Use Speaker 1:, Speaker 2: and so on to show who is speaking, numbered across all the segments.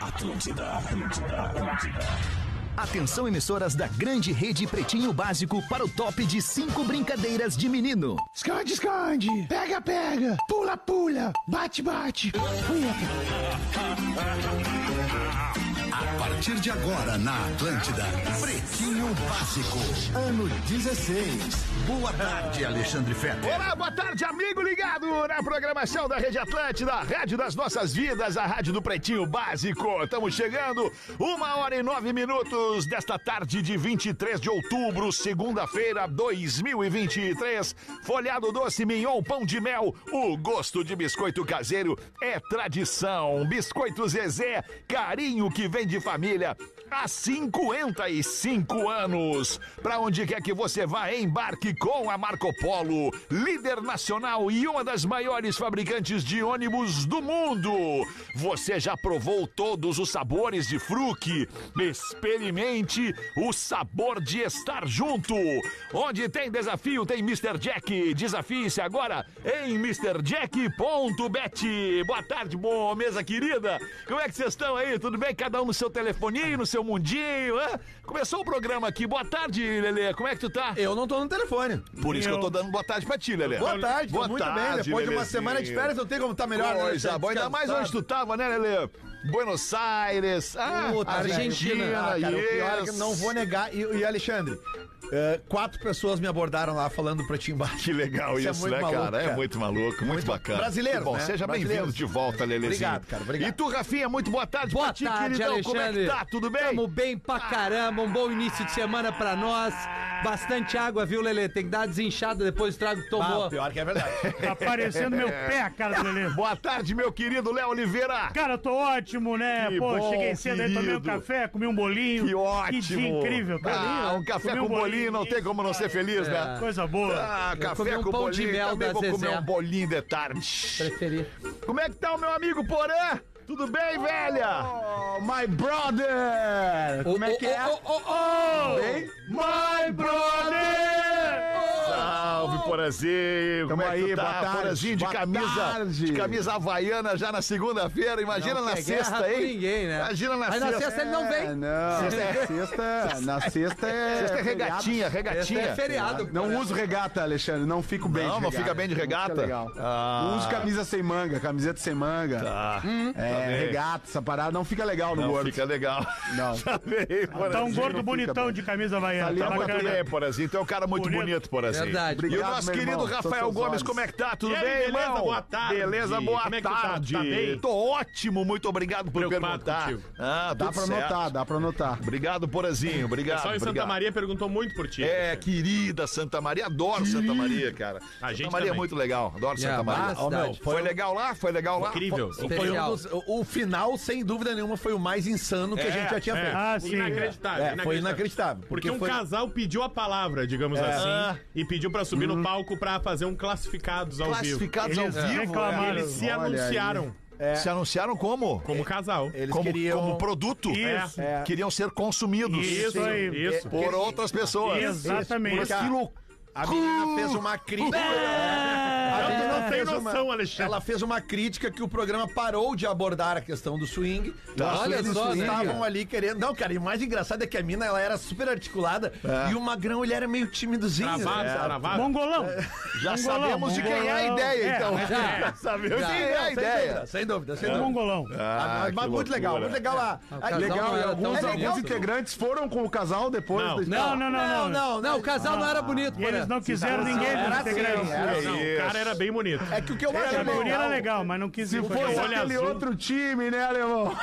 Speaker 1: Atlântida, Atlântida, Atlântida.
Speaker 2: Atenção emissoras da grande rede Pretinho Básico para o top de cinco brincadeiras de menino.
Speaker 3: Esconde, esconde. Pega, pega. Pula, pula. Bate, bate.
Speaker 4: A partir de agora na Atlântida, Pretinho Básico, ano 16. Boa tarde, Alexandre Fetter.
Speaker 5: Olá, boa tarde, amigo ligado na programação da Rede Atlântida, a rádio das nossas vidas, a rádio do Pretinho Básico. Estamos chegando, uma hora e nove minutos desta tarde de 23 de outubro, segunda-feira, 2023. Folhado doce, mignon, pão de mel, o gosto de biscoito caseiro é tradição. Biscoito Zezé, carinho que vem de família há 55 anos. Para onde quer que você vá, embarque com a Marco Polo, líder nacional e uma das maiores fabricantes de ônibus do mundo. Você já provou todos os sabores de fruque? Experimente o sabor de estar junto. Onde tem desafio, tem Mr. Jack. Desafie-se agora em MrJack.bet. Boa tarde, boa mesa querida. Como é que vocês estão aí? Tudo bem? Cada um no seu telefoninho, no seu mundinho, hã? Começou o programa aqui. Boa tarde, Lelê. Como é que tu tá?
Speaker 6: Eu não tô no telefone.
Speaker 5: Por isso que eu tô dando boa tarde pra ti, Lelê.
Speaker 6: Boa tarde, tô
Speaker 5: Boa
Speaker 6: muito bem. Depois
Speaker 5: tarde,
Speaker 6: de uma
Speaker 5: bebezinho.
Speaker 6: semana de férias, não tem como estar tá melhor. né,
Speaker 5: Coisa
Speaker 6: Alexandre?
Speaker 5: boa. Ainda mais onde tu tava, né, Lelê? Buenos Aires, ah,
Speaker 6: Puta,
Speaker 5: Argentina.
Speaker 6: Ah, cara, o pior é que
Speaker 5: yes.
Speaker 6: não vou negar. E, e, Alexandre, eh, quatro pessoas me abordaram lá falando pra ti embaixo.
Speaker 5: Que legal
Speaker 6: Isso
Speaker 5: isso,
Speaker 6: é muito
Speaker 5: né,
Speaker 6: maluco,
Speaker 5: cara? É
Speaker 6: cara.
Speaker 5: muito maluco, muito, bacana.
Speaker 6: Brasileiro,
Speaker 5: Que Bom,
Speaker 6: né?
Speaker 5: seja
Speaker 6: Brasileiro.
Speaker 5: bem-vindo de volta, Lelezinho.
Speaker 6: Obrigado, cara, obrigado.
Speaker 5: E tu, Rafinha, muito boa tarde
Speaker 7: Boa
Speaker 5: pra ti,
Speaker 7: tarde,
Speaker 5: queridão.
Speaker 7: Alexandre.
Speaker 5: Como é que tá? Tudo bem?
Speaker 7: Tamo bem pra caramba, um bom início de semana pra nós. Bastante água, viu, Lelê? Tem que dar uma desinchada depois do trago que tomou.
Speaker 6: Ah, pior que é verdade.
Speaker 8: Tá aparecendo meu pé, a cara do Lelê.
Speaker 5: Boa tarde, meu querido Léo Oliveira.
Speaker 8: Cara, eu tô ótimo, né?
Speaker 5: Que
Speaker 8: Pô,
Speaker 5: bom,
Speaker 8: cheguei cedo aí, tomei um
Speaker 5: querido.
Speaker 8: café, comi um bolinho.
Speaker 5: Que ótimo.
Speaker 8: Que dia incrível, cara.
Speaker 5: Ah, um café
Speaker 8: Comi
Speaker 5: com bolinho, não tem
Speaker 8: isso,
Speaker 5: como não ser
Speaker 8: cara. É.
Speaker 5: feliz, né?
Speaker 8: Coisa boa.
Speaker 5: Ah,
Speaker 7: comi
Speaker 5: café
Speaker 7: um
Speaker 5: com
Speaker 7: pão de
Speaker 5: bolinho,
Speaker 7: mel
Speaker 5: também
Speaker 7: da
Speaker 5: vou comer
Speaker 7: Zezé.
Speaker 5: um bolinho de tarde.
Speaker 7: Preferi.
Speaker 5: Como é que tá o meu amigo Porã? Tudo bem, velha? my brother!
Speaker 7: Como é que é?
Speaker 5: My brother! Salve, Porazinho! Como é que
Speaker 6: aí,
Speaker 5: tu
Speaker 6: boa
Speaker 5: tá?
Speaker 6: tarde,
Speaker 5: Porazinho de
Speaker 6: boa
Speaker 5: camisa,
Speaker 6: tarde.
Speaker 5: de camisa havaiana já na segunda-feira. Imagina na sexta, hein?
Speaker 7: é ninguém, né?
Speaker 5: Imagina na
Speaker 7: Mas
Speaker 5: sexta.
Speaker 7: na sexta ele não
Speaker 3: É,
Speaker 7: vem.
Speaker 3: não, na sexta, na sexta é.
Speaker 5: Sexta é regatinha,
Speaker 7: Esse
Speaker 5: regatinha.
Speaker 7: é feriado.
Speaker 3: Não
Speaker 7: cara.
Speaker 3: uso regata, Alexandre. Não fico bem
Speaker 5: Não,
Speaker 3: de
Speaker 5: não
Speaker 3: regata.
Speaker 5: fica bem de regata?
Speaker 3: Não fica legal.
Speaker 5: Ah.
Speaker 3: Não uso camisa sem manga, camiseta sem manga.
Speaker 5: Ah,
Speaker 3: É,
Speaker 5: tá bem.
Speaker 3: regata, essa parada não fica legal no
Speaker 5: Não
Speaker 3: gordo.
Speaker 5: fica legal.
Speaker 3: Não.
Speaker 5: Tá bem,
Speaker 8: Tá um
Speaker 5: Porazinho.
Speaker 8: gordo
Speaker 3: fica
Speaker 8: bonitão
Speaker 3: bem.
Speaker 8: de camisa havaiana.
Speaker 5: Tá
Speaker 8: Tá
Speaker 5: muito
Speaker 8: bacana.
Speaker 5: bem, Porazinho. Tu é um cara muito
Speaker 8: Bonito.
Speaker 5: bonito, Porazinho.
Speaker 7: Verdade.
Speaker 5: E o
Speaker 3: Obrigado,
Speaker 5: nosso
Speaker 3: meu
Speaker 5: querido
Speaker 3: irmão. Sou
Speaker 5: Rafael
Speaker 3: seus
Speaker 5: Gomes,
Speaker 3: olhos.
Speaker 5: como é que tá? Tudo
Speaker 9: E aí,
Speaker 5: bem,
Speaker 9: beleza?
Speaker 5: irmão?
Speaker 9: Boa tarde.
Speaker 5: Beleza, boa
Speaker 9: Como é que tu tá?
Speaker 5: tarde.
Speaker 9: Tá bem?
Speaker 5: Tô ótimo, muito obrigado por
Speaker 9: Preocupado
Speaker 5: perguntar.
Speaker 9: contigo.
Speaker 5: Ah,
Speaker 3: Dá
Speaker 5: tudo
Speaker 3: pra
Speaker 5: certo.
Speaker 3: notar, dá pra notar.
Speaker 5: Obrigado, Porazinho. Obrigado.
Speaker 9: É Só em Santa
Speaker 5: Tá, obrigado.
Speaker 9: Maria perguntou muito por ti.
Speaker 5: É, querida Santa Maria, adoro Santa Maria, cara.
Speaker 9: A gente
Speaker 5: Santa Maria é
Speaker 9: também.
Speaker 5: muito legal, adoro
Speaker 7: É,
Speaker 5: Santa Maria.
Speaker 7: mas, ó, meu,
Speaker 5: foi,
Speaker 7: foi um-
Speaker 5: legal lá? Foi legal lá?
Speaker 9: Incrível.
Speaker 6: Foi um
Speaker 7: Especial.
Speaker 6: dos- o, o final, sem dúvida nenhuma, foi o mais insano que a gente já tinha
Speaker 9: é.
Speaker 6: feito.
Speaker 8: Ah, sim.
Speaker 9: Inacreditável,
Speaker 6: É, foi inacreditável.
Speaker 9: Porque, um
Speaker 6: foi-
Speaker 9: casal pediu a palavra, digamos assim, e pediu pra subir no palco pra fazer um classificados ao vivo.
Speaker 5: Classificados
Speaker 8: Eles
Speaker 5: ao vivo.
Speaker 8: reclamaram.
Speaker 9: Eles se
Speaker 3: Olha
Speaker 9: anunciaram
Speaker 5: é. Se anunciaram como?
Speaker 9: como casal.
Speaker 6: Eles
Speaker 5: como,
Speaker 6: queriam...
Speaker 5: como produto.
Speaker 8: Isso.
Speaker 5: É. Queriam ser consumidos.
Speaker 9: Isso aí. Isso.
Speaker 5: Por outras pessoas.
Speaker 8: Exatamente.
Speaker 5: Mas que loucura.
Speaker 6: A menina fez uma crítica. A
Speaker 8: tu
Speaker 6: menina
Speaker 8: não tem
Speaker 6: fez
Speaker 8: noção, Alexandre.
Speaker 6: Ela fez uma crítica que o programa parou de abordar a questão do swing. Os
Speaker 7: Olha
Speaker 6: swings
Speaker 7: só, né,
Speaker 6: estavam
Speaker 7: cara?
Speaker 6: ali querendo. Não, cara, e o mais engraçado é que a mina ela era super articulada e o Magrão ele era meio timidozinho.
Speaker 9: Travado,
Speaker 6: né?
Speaker 9: travado.
Speaker 8: Mongolão.
Speaker 5: Já
Speaker 8: Mongolão,
Speaker 5: sabemos de quem é a
Speaker 8: mongolão.
Speaker 5: ideia,
Speaker 8: É,
Speaker 5: então.
Speaker 8: mas
Speaker 7: já.
Speaker 5: Já sabemos de
Speaker 6: Sim,
Speaker 5: quem é
Speaker 6: não,
Speaker 5: a
Speaker 6: sem
Speaker 5: ideia.
Speaker 6: dúvida, sem dúvida, sem dúvida.
Speaker 8: Mongolão.
Speaker 5: Ah,
Speaker 6: Ah,
Speaker 5: que
Speaker 6: mas muito
Speaker 5: loucura.
Speaker 6: legal, muito legal lá.
Speaker 7: o
Speaker 6: Ah,
Speaker 7: casal não era tão
Speaker 6: alguns-
Speaker 3: É,
Speaker 7: bonito.
Speaker 3: alguns integrantes foram com o casal depois.
Speaker 9: Não.
Speaker 3: da história.
Speaker 8: Não, não, não,
Speaker 6: Não,
Speaker 8: não.
Speaker 6: não,
Speaker 7: Não,
Speaker 6: não.
Speaker 7: o casal não era bonito,
Speaker 8: E eles
Speaker 7: porra.
Speaker 8: não quiseram ninguém dos
Speaker 6: Era
Speaker 8: integrantes.
Speaker 6: assim, era
Speaker 9: Não, o cara era bem bonito.
Speaker 6: É que o que eu acho
Speaker 8: A guria era
Speaker 6: legal-
Speaker 8: legal, mas não quis
Speaker 3: Se
Speaker 8: ir.
Speaker 3: fosse
Speaker 9: Olha
Speaker 3: aquele
Speaker 9: azul.
Speaker 3: outro time, né, alemão?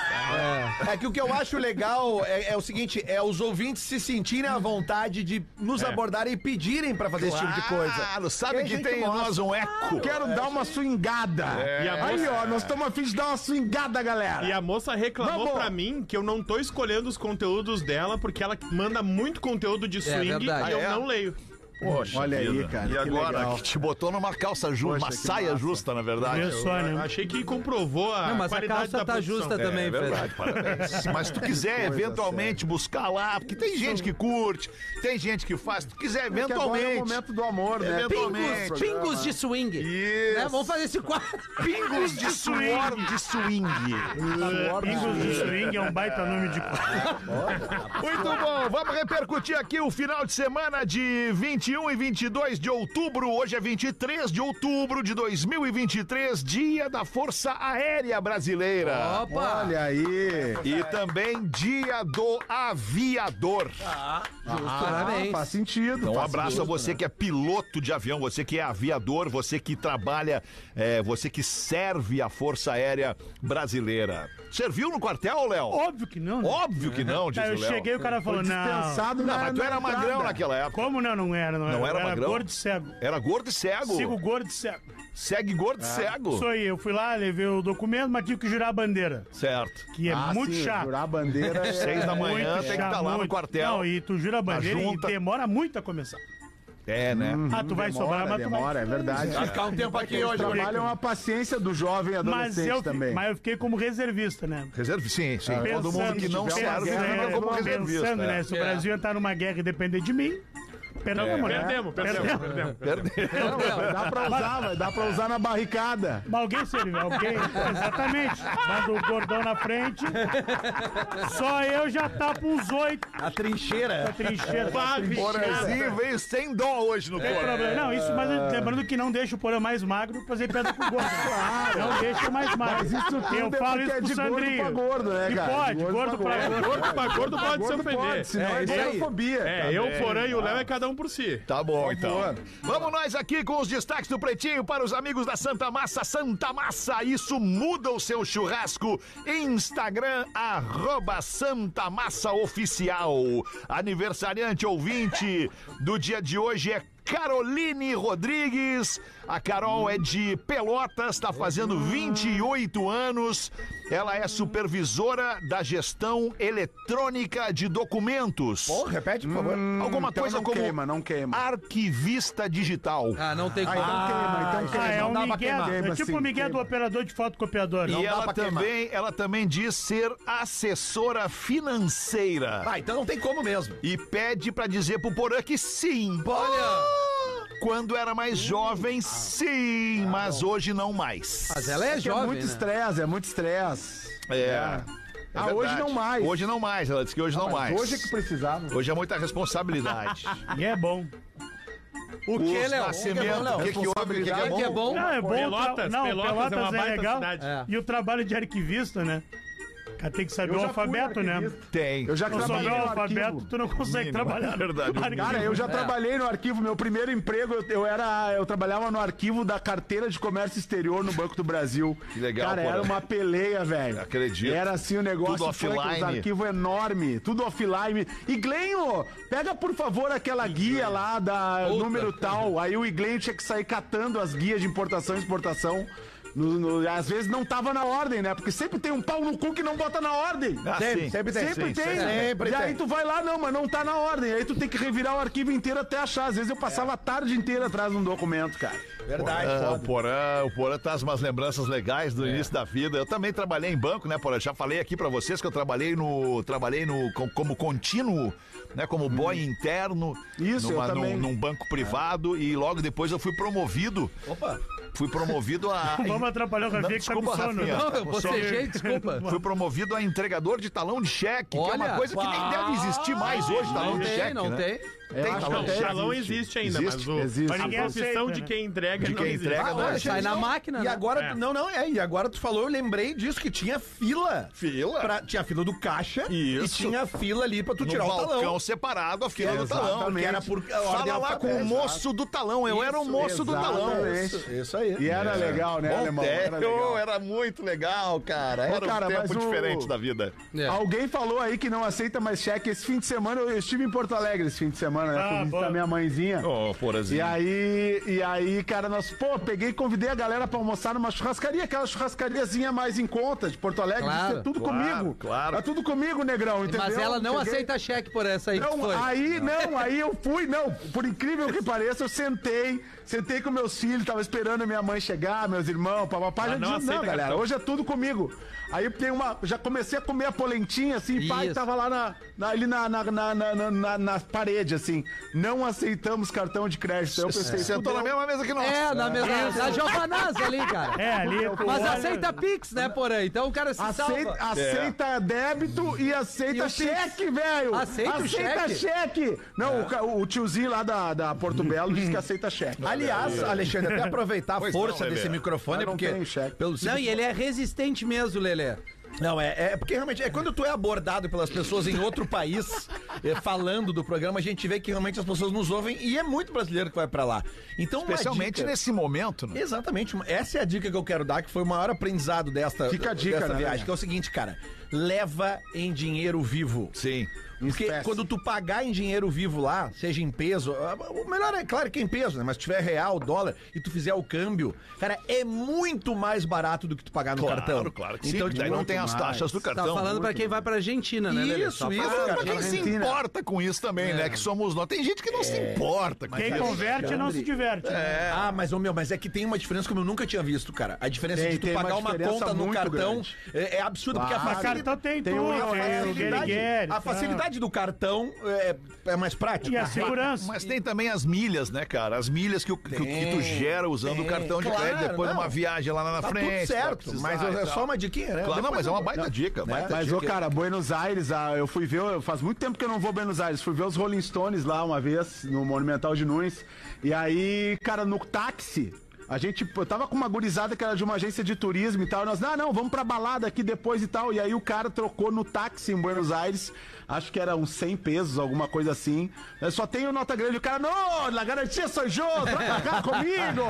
Speaker 6: É que o que eu acho legal é, é o seguinte: é os ouvintes se sentirem à vontade de nos abordarem e pedirem pra fazer esse tipo de coisa.
Speaker 5: Claro, Ah, sabe
Speaker 3: Tem
Speaker 5: que
Speaker 3: gente
Speaker 5: tem em
Speaker 3: mostra.
Speaker 5: nós um eco.
Speaker 10: é
Speaker 3: Quero dar uma swingada.
Speaker 9: E a
Speaker 3: Aí,
Speaker 9: moça-
Speaker 3: ó, nós estamos afim de dar uma swingada, galera.
Speaker 9: E a moça reclamou
Speaker 3: Vamos!
Speaker 9: pra mim que eu não tô escolhendo os conteúdos dela porque ela manda muito conteúdo de swing
Speaker 7: verdade.
Speaker 9: e eu
Speaker 5: Ah, é?
Speaker 9: não leio.
Speaker 5: Poxa
Speaker 10: Olha aí,
Speaker 5: vida.
Speaker 10: cara,
Speaker 5: E
Speaker 10: que
Speaker 5: agora,
Speaker 10: legal.
Speaker 5: que te botou numa calça justa, uma
Speaker 10: Poxa, que
Speaker 5: saia
Speaker 10: massa.
Speaker 5: justa, na verdade. É,
Speaker 8: Meu sonho, né?
Speaker 9: Achei que comprovou a
Speaker 7: Não, mas a
Speaker 9: qualidade
Speaker 7: calça
Speaker 9: da
Speaker 7: tá
Speaker 9: produção.
Speaker 7: justa
Speaker 9: É.
Speaker 7: também,
Speaker 5: É
Speaker 7: Fred.
Speaker 5: verdade, parabéns. Mas se tu quiser
Speaker 10: coisa
Speaker 5: eventualmente buscar lá, porque tem gente que curte, tem gente que faz, se tu quiser
Speaker 10: Porque agora é o
Speaker 5: eventualmente.
Speaker 10: momento do amor, né?
Speaker 5: Eventualmente.
Speaker 7: Pingos, pingos de swing.
Speaker 5: Isso.
Speaker 7: Né? Vamos fazer esse quadro.
Speaker 5: Pingos de suor de swing.
Speaker 8: Pingos de swing é um baita nome de.
Speaker 5: Muito bom, vamos repercutir aqui o final de semana de 21 e 22 de outubro. Hoje é 23 de outubro de 2023, dia da Força Aérea Brasileira.
Speaker 7: Opa!
Speaker 10: Olha aí.
Speaker 5: E também dia do aviador.
Speaker 8: Ah,
Speaker 7: Parabéns.
Speaker 10: Ah, Faz sentido.
Speaker 5: Então, um
Speaker 10: faz
Speaker 5: abraço
Speaker 10: sentido.
Speaker 5: a você que é piloto de avião, você que é aviador, você que trabalha, é, você que serve a Força Aérea Brasileira. Serviu no quartel, Léo?
Speaker 8: Óbvio que não, né?
Speaker 5: Óbvio que não, diz
Speaker 8: Aí eu
Speaker 5: o Léo.
Speaker 8: cheguei e o cara falou, não.
Speaker 10: Dispensado
Speaker 5: Não,
Speaker 10: na,
Speaker 5: mas tu
Speaker 10: na
Speaker 5: era
Speaker 10: entrada.
Speaker 5: magrão naquela época.
Speaker 8: Como não, não era? Não,
Speaker 5: Não
Speaker 8: era,
Speaker 5: era
Speaker 8: Eu
Speaker 5: magrão?
Speaker 8: gordo e cego.
Speaker 5: Era gordo e cego.
Speaker 8: Sigo gordo e cego.
Speaker 5: Segue gordo e cego.
Speaker 8: Isso aí, eu fui lá, levei o documento, mas tive que jurar a bandeira,
Speaker 5: Certo.
Speaker 8: que é
Speaker 10: Ah,
Speaker 8: muito
Speaker 10: sim,
Speaker 8: chato.
Speaker 10: Jurar a bandeira. é-
Speaker 5: Seis da manhã
Speaker 8: Muito
Speaker 5: tem que
Speaker 8: chato,
Speaker 5: estar lá no
Speaker 8: muito.
Speaker 5: quartel.
Speaker 8: Não, e tu jura a bandeira e
Speaker 5: junta.
Speaker 8: demora muito a começar.
Speaker 5: É, né?
Speaker 8: ah, tu vai sobrar,
Speaker 10: Demora,
Speaker 8: mas tu
Speaker 10: demora, é
Speaker 8: vai...
Speaker 10: verdade.
Speaker 7: Vai ficar um tempo aqui hoje.
Speaker 8: trabalho é
Speaker 10: uma paciência do jovem
Speaker 8: Mas eu, mas eu fiquei como reservista, né?
Speaker 5: Reserva? Sim, sim. Todo
Speaker 8: Pensando,
Speaker 5: mundo que não
Speaker 8: pensando,
Speaker 5: serve fica
Speaker 8: né?
Speaker 5: como reservista.
Speaker 8: Pensando, né? Se o
Speaker 7: É.
Speaker 8: Brasil entrar numa guerra e depender de mim,
Speaker 10: É.
Speaker 8: perdemos, né?
Speaker 9: Perdemos, perdemos, perdemos.
Speaker 10: Dá pra usar, vai dar pra usar na barricada.
Speaker 8: Mas alguém serviu, alguém. Exatamente. Manda o gordão na frente. Só eu já tapo uns oito Tá
Speaker 7: A trincheira.
Speaker 8: na trincheira.
Speaker 5: Porazinho veio sem dó hoje no
Speaker 8: Tem
Speaker 5: Porã.
Speaker 8: problema. Não, isso, mas lembrando que não deixa o porão mais magro fazer pedra pro gordo. Não deixa o mais magro.
Speaker 10: Mas isso tudo
Speaker 8: eu
Speaker 10: é
Speaker 8: falo
Speaker 10: porque
Speaker 8: isso
Speaker 10: é
Speaker 8: pro
Speaker 10: de gordo
Speaker 8: Sandrinho.
Speaker 10: pra gordo, né,
Speaker 8: que
Speaker 10: cara?
Speaker 8: pode,
Speaker 10: De gordo
Speaker 8: gordo
Speaker 10: pra
Speaker 8: pra gordo.
Speaker 9: Gordo pra gordo pode se
Speaker 10: Gordo
Speaker 9: ofender.
Speaker 10: pode, senão
Speaker 9: É,
Speaker 10: é
Speaker 9: isso aí.
Speaker 10: xenofobia.
Speaker 9: É, eu, Porã e o Léo é cada um por si.
Speaker 5: Tá bom,
Speaker 10: Por
Speaker 5: então.
Speaker 10: favor.
Speaker 5: Vamos nós aqui com os destaques do Pretinho para os amigos da Santa Massa. Santa Massa, isso muda o seu churrasco. Instagram, arroba Santa Massa Oficial. Aniversariante ouvinte do dia de hoje é Caroline Rodrigues. A Carol é de Pelotas, está fazendo 28 anos. Ela é supervisora da gestão eletrônica de documentos.
Speaker 10: Ô, repete, por favor.
Speaker 5: Alguma
Speaker 10: Então
Speaker 5: coisa
Speaker 10: não
Speaker 5: como
Speaker 10: queima, não queima.
Speaker 5: arquivista digital.
Speaker 7: Ah, não tem como.
Speaker 10: Ah, então queima, então
Speaker 8: Ah,
Speaker 10: queima.
Speaker 8: é
Speaker 7: Não
Speaker 8: um
Speaker 7: dá pra
Speaker 8: Miguel.
Speaker 7: queimar.
Speaker 8: É tipo
Speaker 10: Sim,
Speaker 8: o Miguel do
Speaker 10: queima.
Speaker 8: operador de fotocopiador.
Speaker 5: e
Speaker 8: Não,
Speaker 5: ela também, ela também diz ser assessora financeira
Speaker 7: Ah, então não tem como mesmo.
Speaker 5: e pede pra dizer pro Porã que sim.
Speaker 7: Olha!
Speaker 5: Quando era mais jovem, sim, mas hoje não mais.
Speaker 7: Mas ela é
Speaker 10: É
Speaker 7: jovem,
Speaker 10: muito
Speaker 7: né?
Speaker 10: estresse, é muito estresse.
Speaker 5: É. É
Speaker 10: Ah, hoje
Speaker 5: verdade.
Speaker 10: não mais.
Speaker 5: Hoje não mais, ela disse que hoje não mais.
Speaker 10: Hoje é que precisava.
Speaker 5: Hoje é muita responsabilidade.
Speaker 8: E é bom.
Speaker 7: O
Speaker 5: Os
Speaker 7: que, Léo? O que é bom,
Speaker 5: nascimento,
Speaker 7: Léo?
Speaker 5: o que, que houve, o que, que é
Speaker 7: O que é
Speaker 5: bom?
Speaker 7: bom?
Speaker 8: Não, é bom. o tra-
Speaker 9: Pelotas,
Speaker 8: não,
Speaker 9: Pelotas é uma baita
Speaker 8: legal.
Speaker 9: cidade.
Speaker 7: É.
Speaker 8: E o trabalho de arquivista, né? Cara, Tem que saber
Speaker 10: Eu
Speaker 8: o
Speaker 10: já fui
Speaker 8: alfabeto, né?
Speaker 10: arquivista.
Speaker 5: Tem.
Speaker 10: Eu já
Speaker 8: Se não souber
Speaker 10: trabalhei
Speaker 8: o
Speaker 10: no
Speaker 8: alfabeto,
Speaker 10: arquivo.
Speaker 8: tu não consegue
Speaker 5: Mínimo,
Speaker 8: trabalhar.
Speaker 5: é verdade,
Speaker 8: no
Speaker 5: o
Speaker 8: arquivo.
Speaker 10: Cara, eu já trabalhei no arquivo, meu primeiro emprego, eu, eu era, eu trabalhava no arquivo da carteira de comércio exterior no Banco do Brasil.
Speaker 5: Que legal,
Speaker 10: Cara,
Speaker 5: pô.
Speaker 10: era uma peleia, velho.
Speaker 5: Acredito.
Speaker 10: Era assim o negócio,
Speaker 5: Tudo
Speaker 10: foi aqueles
Speaker 5: offline.
Speaker 10: arquivo enorme, tudo offline. Iglenho, pega por favor aquela guia lá da
Speaker 7: Outra.
Speaker 10: número tal. Aí o Iglenho tinha que sair catando as guias de importação e exportação. No- no- às vezes não tava na ordem, né? Porque sempre tem um pau no cu que não bota na ordem.
Speaker 5: Ah, sim.
Speaker 10: Sempre tem. é, Sempre tem. né?
Speaker 7: Sempre
Speaker 10: e aí
Speaker 7: tem.
Speaker 10: tu vai lá, não, mas não tá na ordem. Aí tu tem que revirar o arquivo inteiro até achar. Às vezes eu passava a tarde inteira atrás de um documento, cara.
Speaker 5: Ah, o Porã, o Porã traz umas lembranças legais do início da vida. Eu também trabalhei em banco, né, Porã? Já falei aqui pra vocês que eu trabalhei no trabalhei no com- como contínuo, né, como boy interno,
Speaker 10: Isso, eu
Speaker 5: num-
Speaker 10: também.
Speaker 5: num, banco privado e logo depois eu fui promovido.
Speaker 7: Opa!
Speaker 5: Fui promovido a
Speaker 8: Vamos atrapalhar o Rafinha que tá com
Speaker 5: desculpa,
Speaker 8: sono.
Speaker 5: Rafinha.
Speaker 8: né?
Speaker 7: Não, eu bocejei, desculpa.
Speaker 5: Fui promovido a entregador de talão de cheque, que é uma
Speaker 7: Olha,
Speaker 5: coisa que nem
Speaker 7: pá.
Speaker 5: deve existir mais hoje, talão
Speaker 7: Não
Speaker 5: de
Speaker 7: tem,
Speaker 5: cheque.
Speaker 7: não
Speaker 5: né?
Speaker 7: tem.
Speaker 10: Eu acho
Speaker 5: talão
Speaker 9: Não,
Speaker 5: de
Speaker 9: o
Speaker 10: até-
Speaker 9: salão existe ainda, mas
Speaker 5: Existe,
Speaker 9: o,
Speaker 10: existe.
Speaker 9: a
Speaker 8: Ninguém
Speaker 9: profissão
Speaker 8: aceita,
Speaker 9: de
Speaker 8: né?
Speaker 9: quem entrega
Speaker 5: De
Speaker 9: não
Speaker 5: quem
Speaker 9: existe.
Speaker 5: entrega, não.
Speaker 7: Olha, Tá sai na máquina,
Speaker 6: E
Speaker 7: né?
Speaker 6: agora,
Speaker 9: É.
Speaker 6: não, não, é, e agora tu falou, eu lembrei disso, que tinha fila.
Speaker 5: Fila.
Speaker 6: Pra- tinha a fila do caixa e
Speaker 5: Isso.
Speaker 6: tinha a fila ali pra tu
Speaker 5: No
Speaker 6: tirar o
Speaker 5: balcão
Speaker 6: talão.
Speaker 5: separado, a fila do talão.
Speaker 6: Porque era por a ordem
Speaker 5: Fala lá com o
Speaker 6: alfabética.
Speaker 5: moço do talão. Eu era o moço do talão.
Speaker 6: Isso, isso aí.
Speaker 10: E era legal, né,
Speaker 5: É. Bom
Speaker 10: alemão?
Speaker 5: tempo,
Speaker 10: Era legal.
Speaker 5: era muito legal, cara. Era
Speaker 10: cara,
Speaker 5: um tempo
Speaker 10: mas o-
Speaker 5: diferente da vida.
Speaker 7: É.
Speaker 10: Alguém falou aí que não aceita mais cheque. Esse fim de semana eu estive em Porto Alegre esse fim de semana. lá, né? Fui visitar minha mãezinha.
Speaker 5: Ô,
Speaker 10: E
Speaker 5: porazinho.
Speaker 10: aí, e aí, cara, nós, pô, peguei e convidei a galera pra almoçar numa churrascaria, aquela churrascariazinha mais em conta de Porto Alegre,
Speaker 7: Claro,
Speaker 10: isso é tudo
Speaker 5: claro,
Speaker 10: comigo.
Speaker 5: claro.
Speaker 10: É tudo comigo, negrão, entendeu?
Speaker 7: Mas ela não
Speaker 10: Cheguei-
Speaker 7: aceita cheque por essa aí que
Speaker 10: Não,
Speaker 7: foi.
Speaker 10: aí não, aí eu fui, não, por incrível que pareça, eu sentei, sentei com meus filhos, tava esperando a minha mãe chegar, meus irmãos, papapá,
Speaker 7: Ah,
Speaker 9: Ela
Speaker 10: já
Speaker 9: não
Speaker 10: disse, não,
Speaker 9: aceita
Speaker 10: galera,
Speaker 7: então."
Speaker 9: cartão."
Speaker 10: hoje é tudo comigo. Aí tem uma, já comecei a comer a polentinha, assim, pai,
Speaker 7: Isso.
Speaker 10: tava lá na, na- ali na, na, na, na, na- na- na parede, assim, não aceitamos cartão de crédito. Aí Eu pensei,
Speaker 5: Sentou na
Speaker 10: "Fudeu."
Speaker 5: mesma mesa que nós.
Speaker 7: É, na mesma. Na Giovanaz ali, cara.
Speaker 8: É, ali.
Speaker 7: Mas
Speaker 8: olha-
Speaker 7: aceita Pix, né, porém? Então o cara se
Speaker 10: Aceita,
Speaker 7: salva. É.
Speaker 10: aceita débito e
Speaker 7: E o
Speaker 10: aceita
Speaker 7: Pix?
Speaker 10: cheque, velho!
Speaker 7: Aceita o cheque? É.
Speaker 10: cheque! Não, o ca- o, tiozinho lá da, da Porto Belo disse que aceita cheque.
Speaker 7: Tá
Speaker 6: Aliás, Alexandre, até aproveitar a
Speaker 5: Pois
Speaker 6: força
Speaker 5: não, Lelê.
Speaker 6: desse microfone,
Speaker 10: Mas não
Speaker 6: porque.
Speaker 10: tem um cheque.
Speaker 6: Pelo
Speaker 7: Não, e ele é resistente mesmo, Lelê.
Speaker 6: Não, é, é porque realmente é quando tu é abordado pelas pessoas em outro país é, falando do programa, a gente vê que realmente as pessoas nos ouvem e é muito brasileiro que vai pra lá. Então, uma
Speaker 5: Especialmente
Speaker 6: dica-
Speaker 5: nesse momento, né?
Speaker 6: Exatamente, uma- essa é a dica que eu quero dar, que foi o maior aprendizado desta,
Speaker 10: Fica a dica,
Speaker 6: dessa
Speaker 10: né,
Speaker 6: viagem,
Speaker 10: Daniel?
Speaker 6: que é o seguinte, cara. Leva em dinheiro vivo.
Speaker 5: Sim.
Speaker 6: Porque
Speaker 10: espécie.
Speaker 6: quando tu pagar em dinheiro vivo lá, seja em peso, ah, o melhor é, claro, que é em peso, né? Mas se tiver real, dólar, e tu fizer o câmbio, cara, é muito mais barato do que tu pagar no
Speaker 5: Claro,
Speaker 6: cartão.
Speaker 5: claro que sim. Então, daí
Speaker 6: tipo,
Speaker 5: não tem as taxas do
Speaker 7: Tá
Speaker 5: cartão.
Speaker 10: Então,
Speaker 7: falando pra quem vai pra Argentina, né, Lelê?
Speaker 6: Isso,
Speaker 7: Só pra-
Speaker 6: isso,
Speaker 5: Ah,
Speaker 6: cara.
Speaker 5: pra quem se
Speaker 10: Argentina.
Speaker 5: importa com isso também, né? Que somos nós. Tem gente que não se importa com
Speaker 8: Quem
Speaker 5: isso.
Speaker 8: converte não se diverte. né?
Speaker 6: Ah, mas, ô meu, mas é que tem uma diferença como eu nunca tinha visto, cara. A diferença
Speaker 10: Tem,
Speaker 6: de tu
Speaker 10: tem uma
Speaker 6: pagar uma,
Speaker 10: diferença
Speaker 6: conta no
Speaker 10: muito
Speaker 6: cartão
Speaker 10: grande.
Speaker 6: é, é absurdo, porque a
Speaker 10: Claro.
Speaker 8: Mas
Speaker 6: facilidade.
Speaker 8: cartão tem,
Speaker 10: Tem um
Speaker 8: tudo,
Speaker 10: o Leão,
Speaker 8: tem
Speaker 10: tem
Speaker 8: o
Speaker 10: o
Speaker 8: Guerigueri.
Speaker 6: A facilidade do cartão é, é mais prática.
Speaker 8: E ah, a segurança. Então,
Speaker 5: Mas tem também as milhas, né, cara? As milhas que, o- que, o- que tu gera usando o
Speaker 6: tem,
Speaker 5: cartão de
Speaker 6: claro,
Speaker 5: crédito depois
Speaker 6: não.
Speaker 5: numa viagem lá na
Speaker 6: Tá tudo
Speaker 5: frente.
Speaker 6: certo,
Speaker 5: vai
Speaker 6: mas
Speaker 5: precisar
Speaker 6: é
Speaker 5: e
Speaker 6: só
Speaker 5: tal.
Speaker 6: uma diquinha, né?
Speaker 5: Claro, não,
Speaker 6: Depois
Speaker 5: mas tá é
Speaker 6: eu-
Speaker 5: uma baita dica. baita
Speaker 10: Mas,
Speaker 5: dica.
Speaker 10: ô, cara, Buenos Aires, ah, eu fui ver, eu- faz muito tempo que eu não vou a Buenos Aires, fui ver os Rolling Stones lá uma vez, no Monumental de Nunes, e aí, cara, no táxi, a gente, eu tava com uma gurizada que era de uma agência de turismo e tal, e nós, não, não, vamos pra balada aqui depois e tal, e aí o cara trocou no táxi em Buenos Aires, acho que era uns 100 pesos, alguma coisa assim, eu só tenho nota grande, o cara, não, na garantia sou eu, troca cá comigo!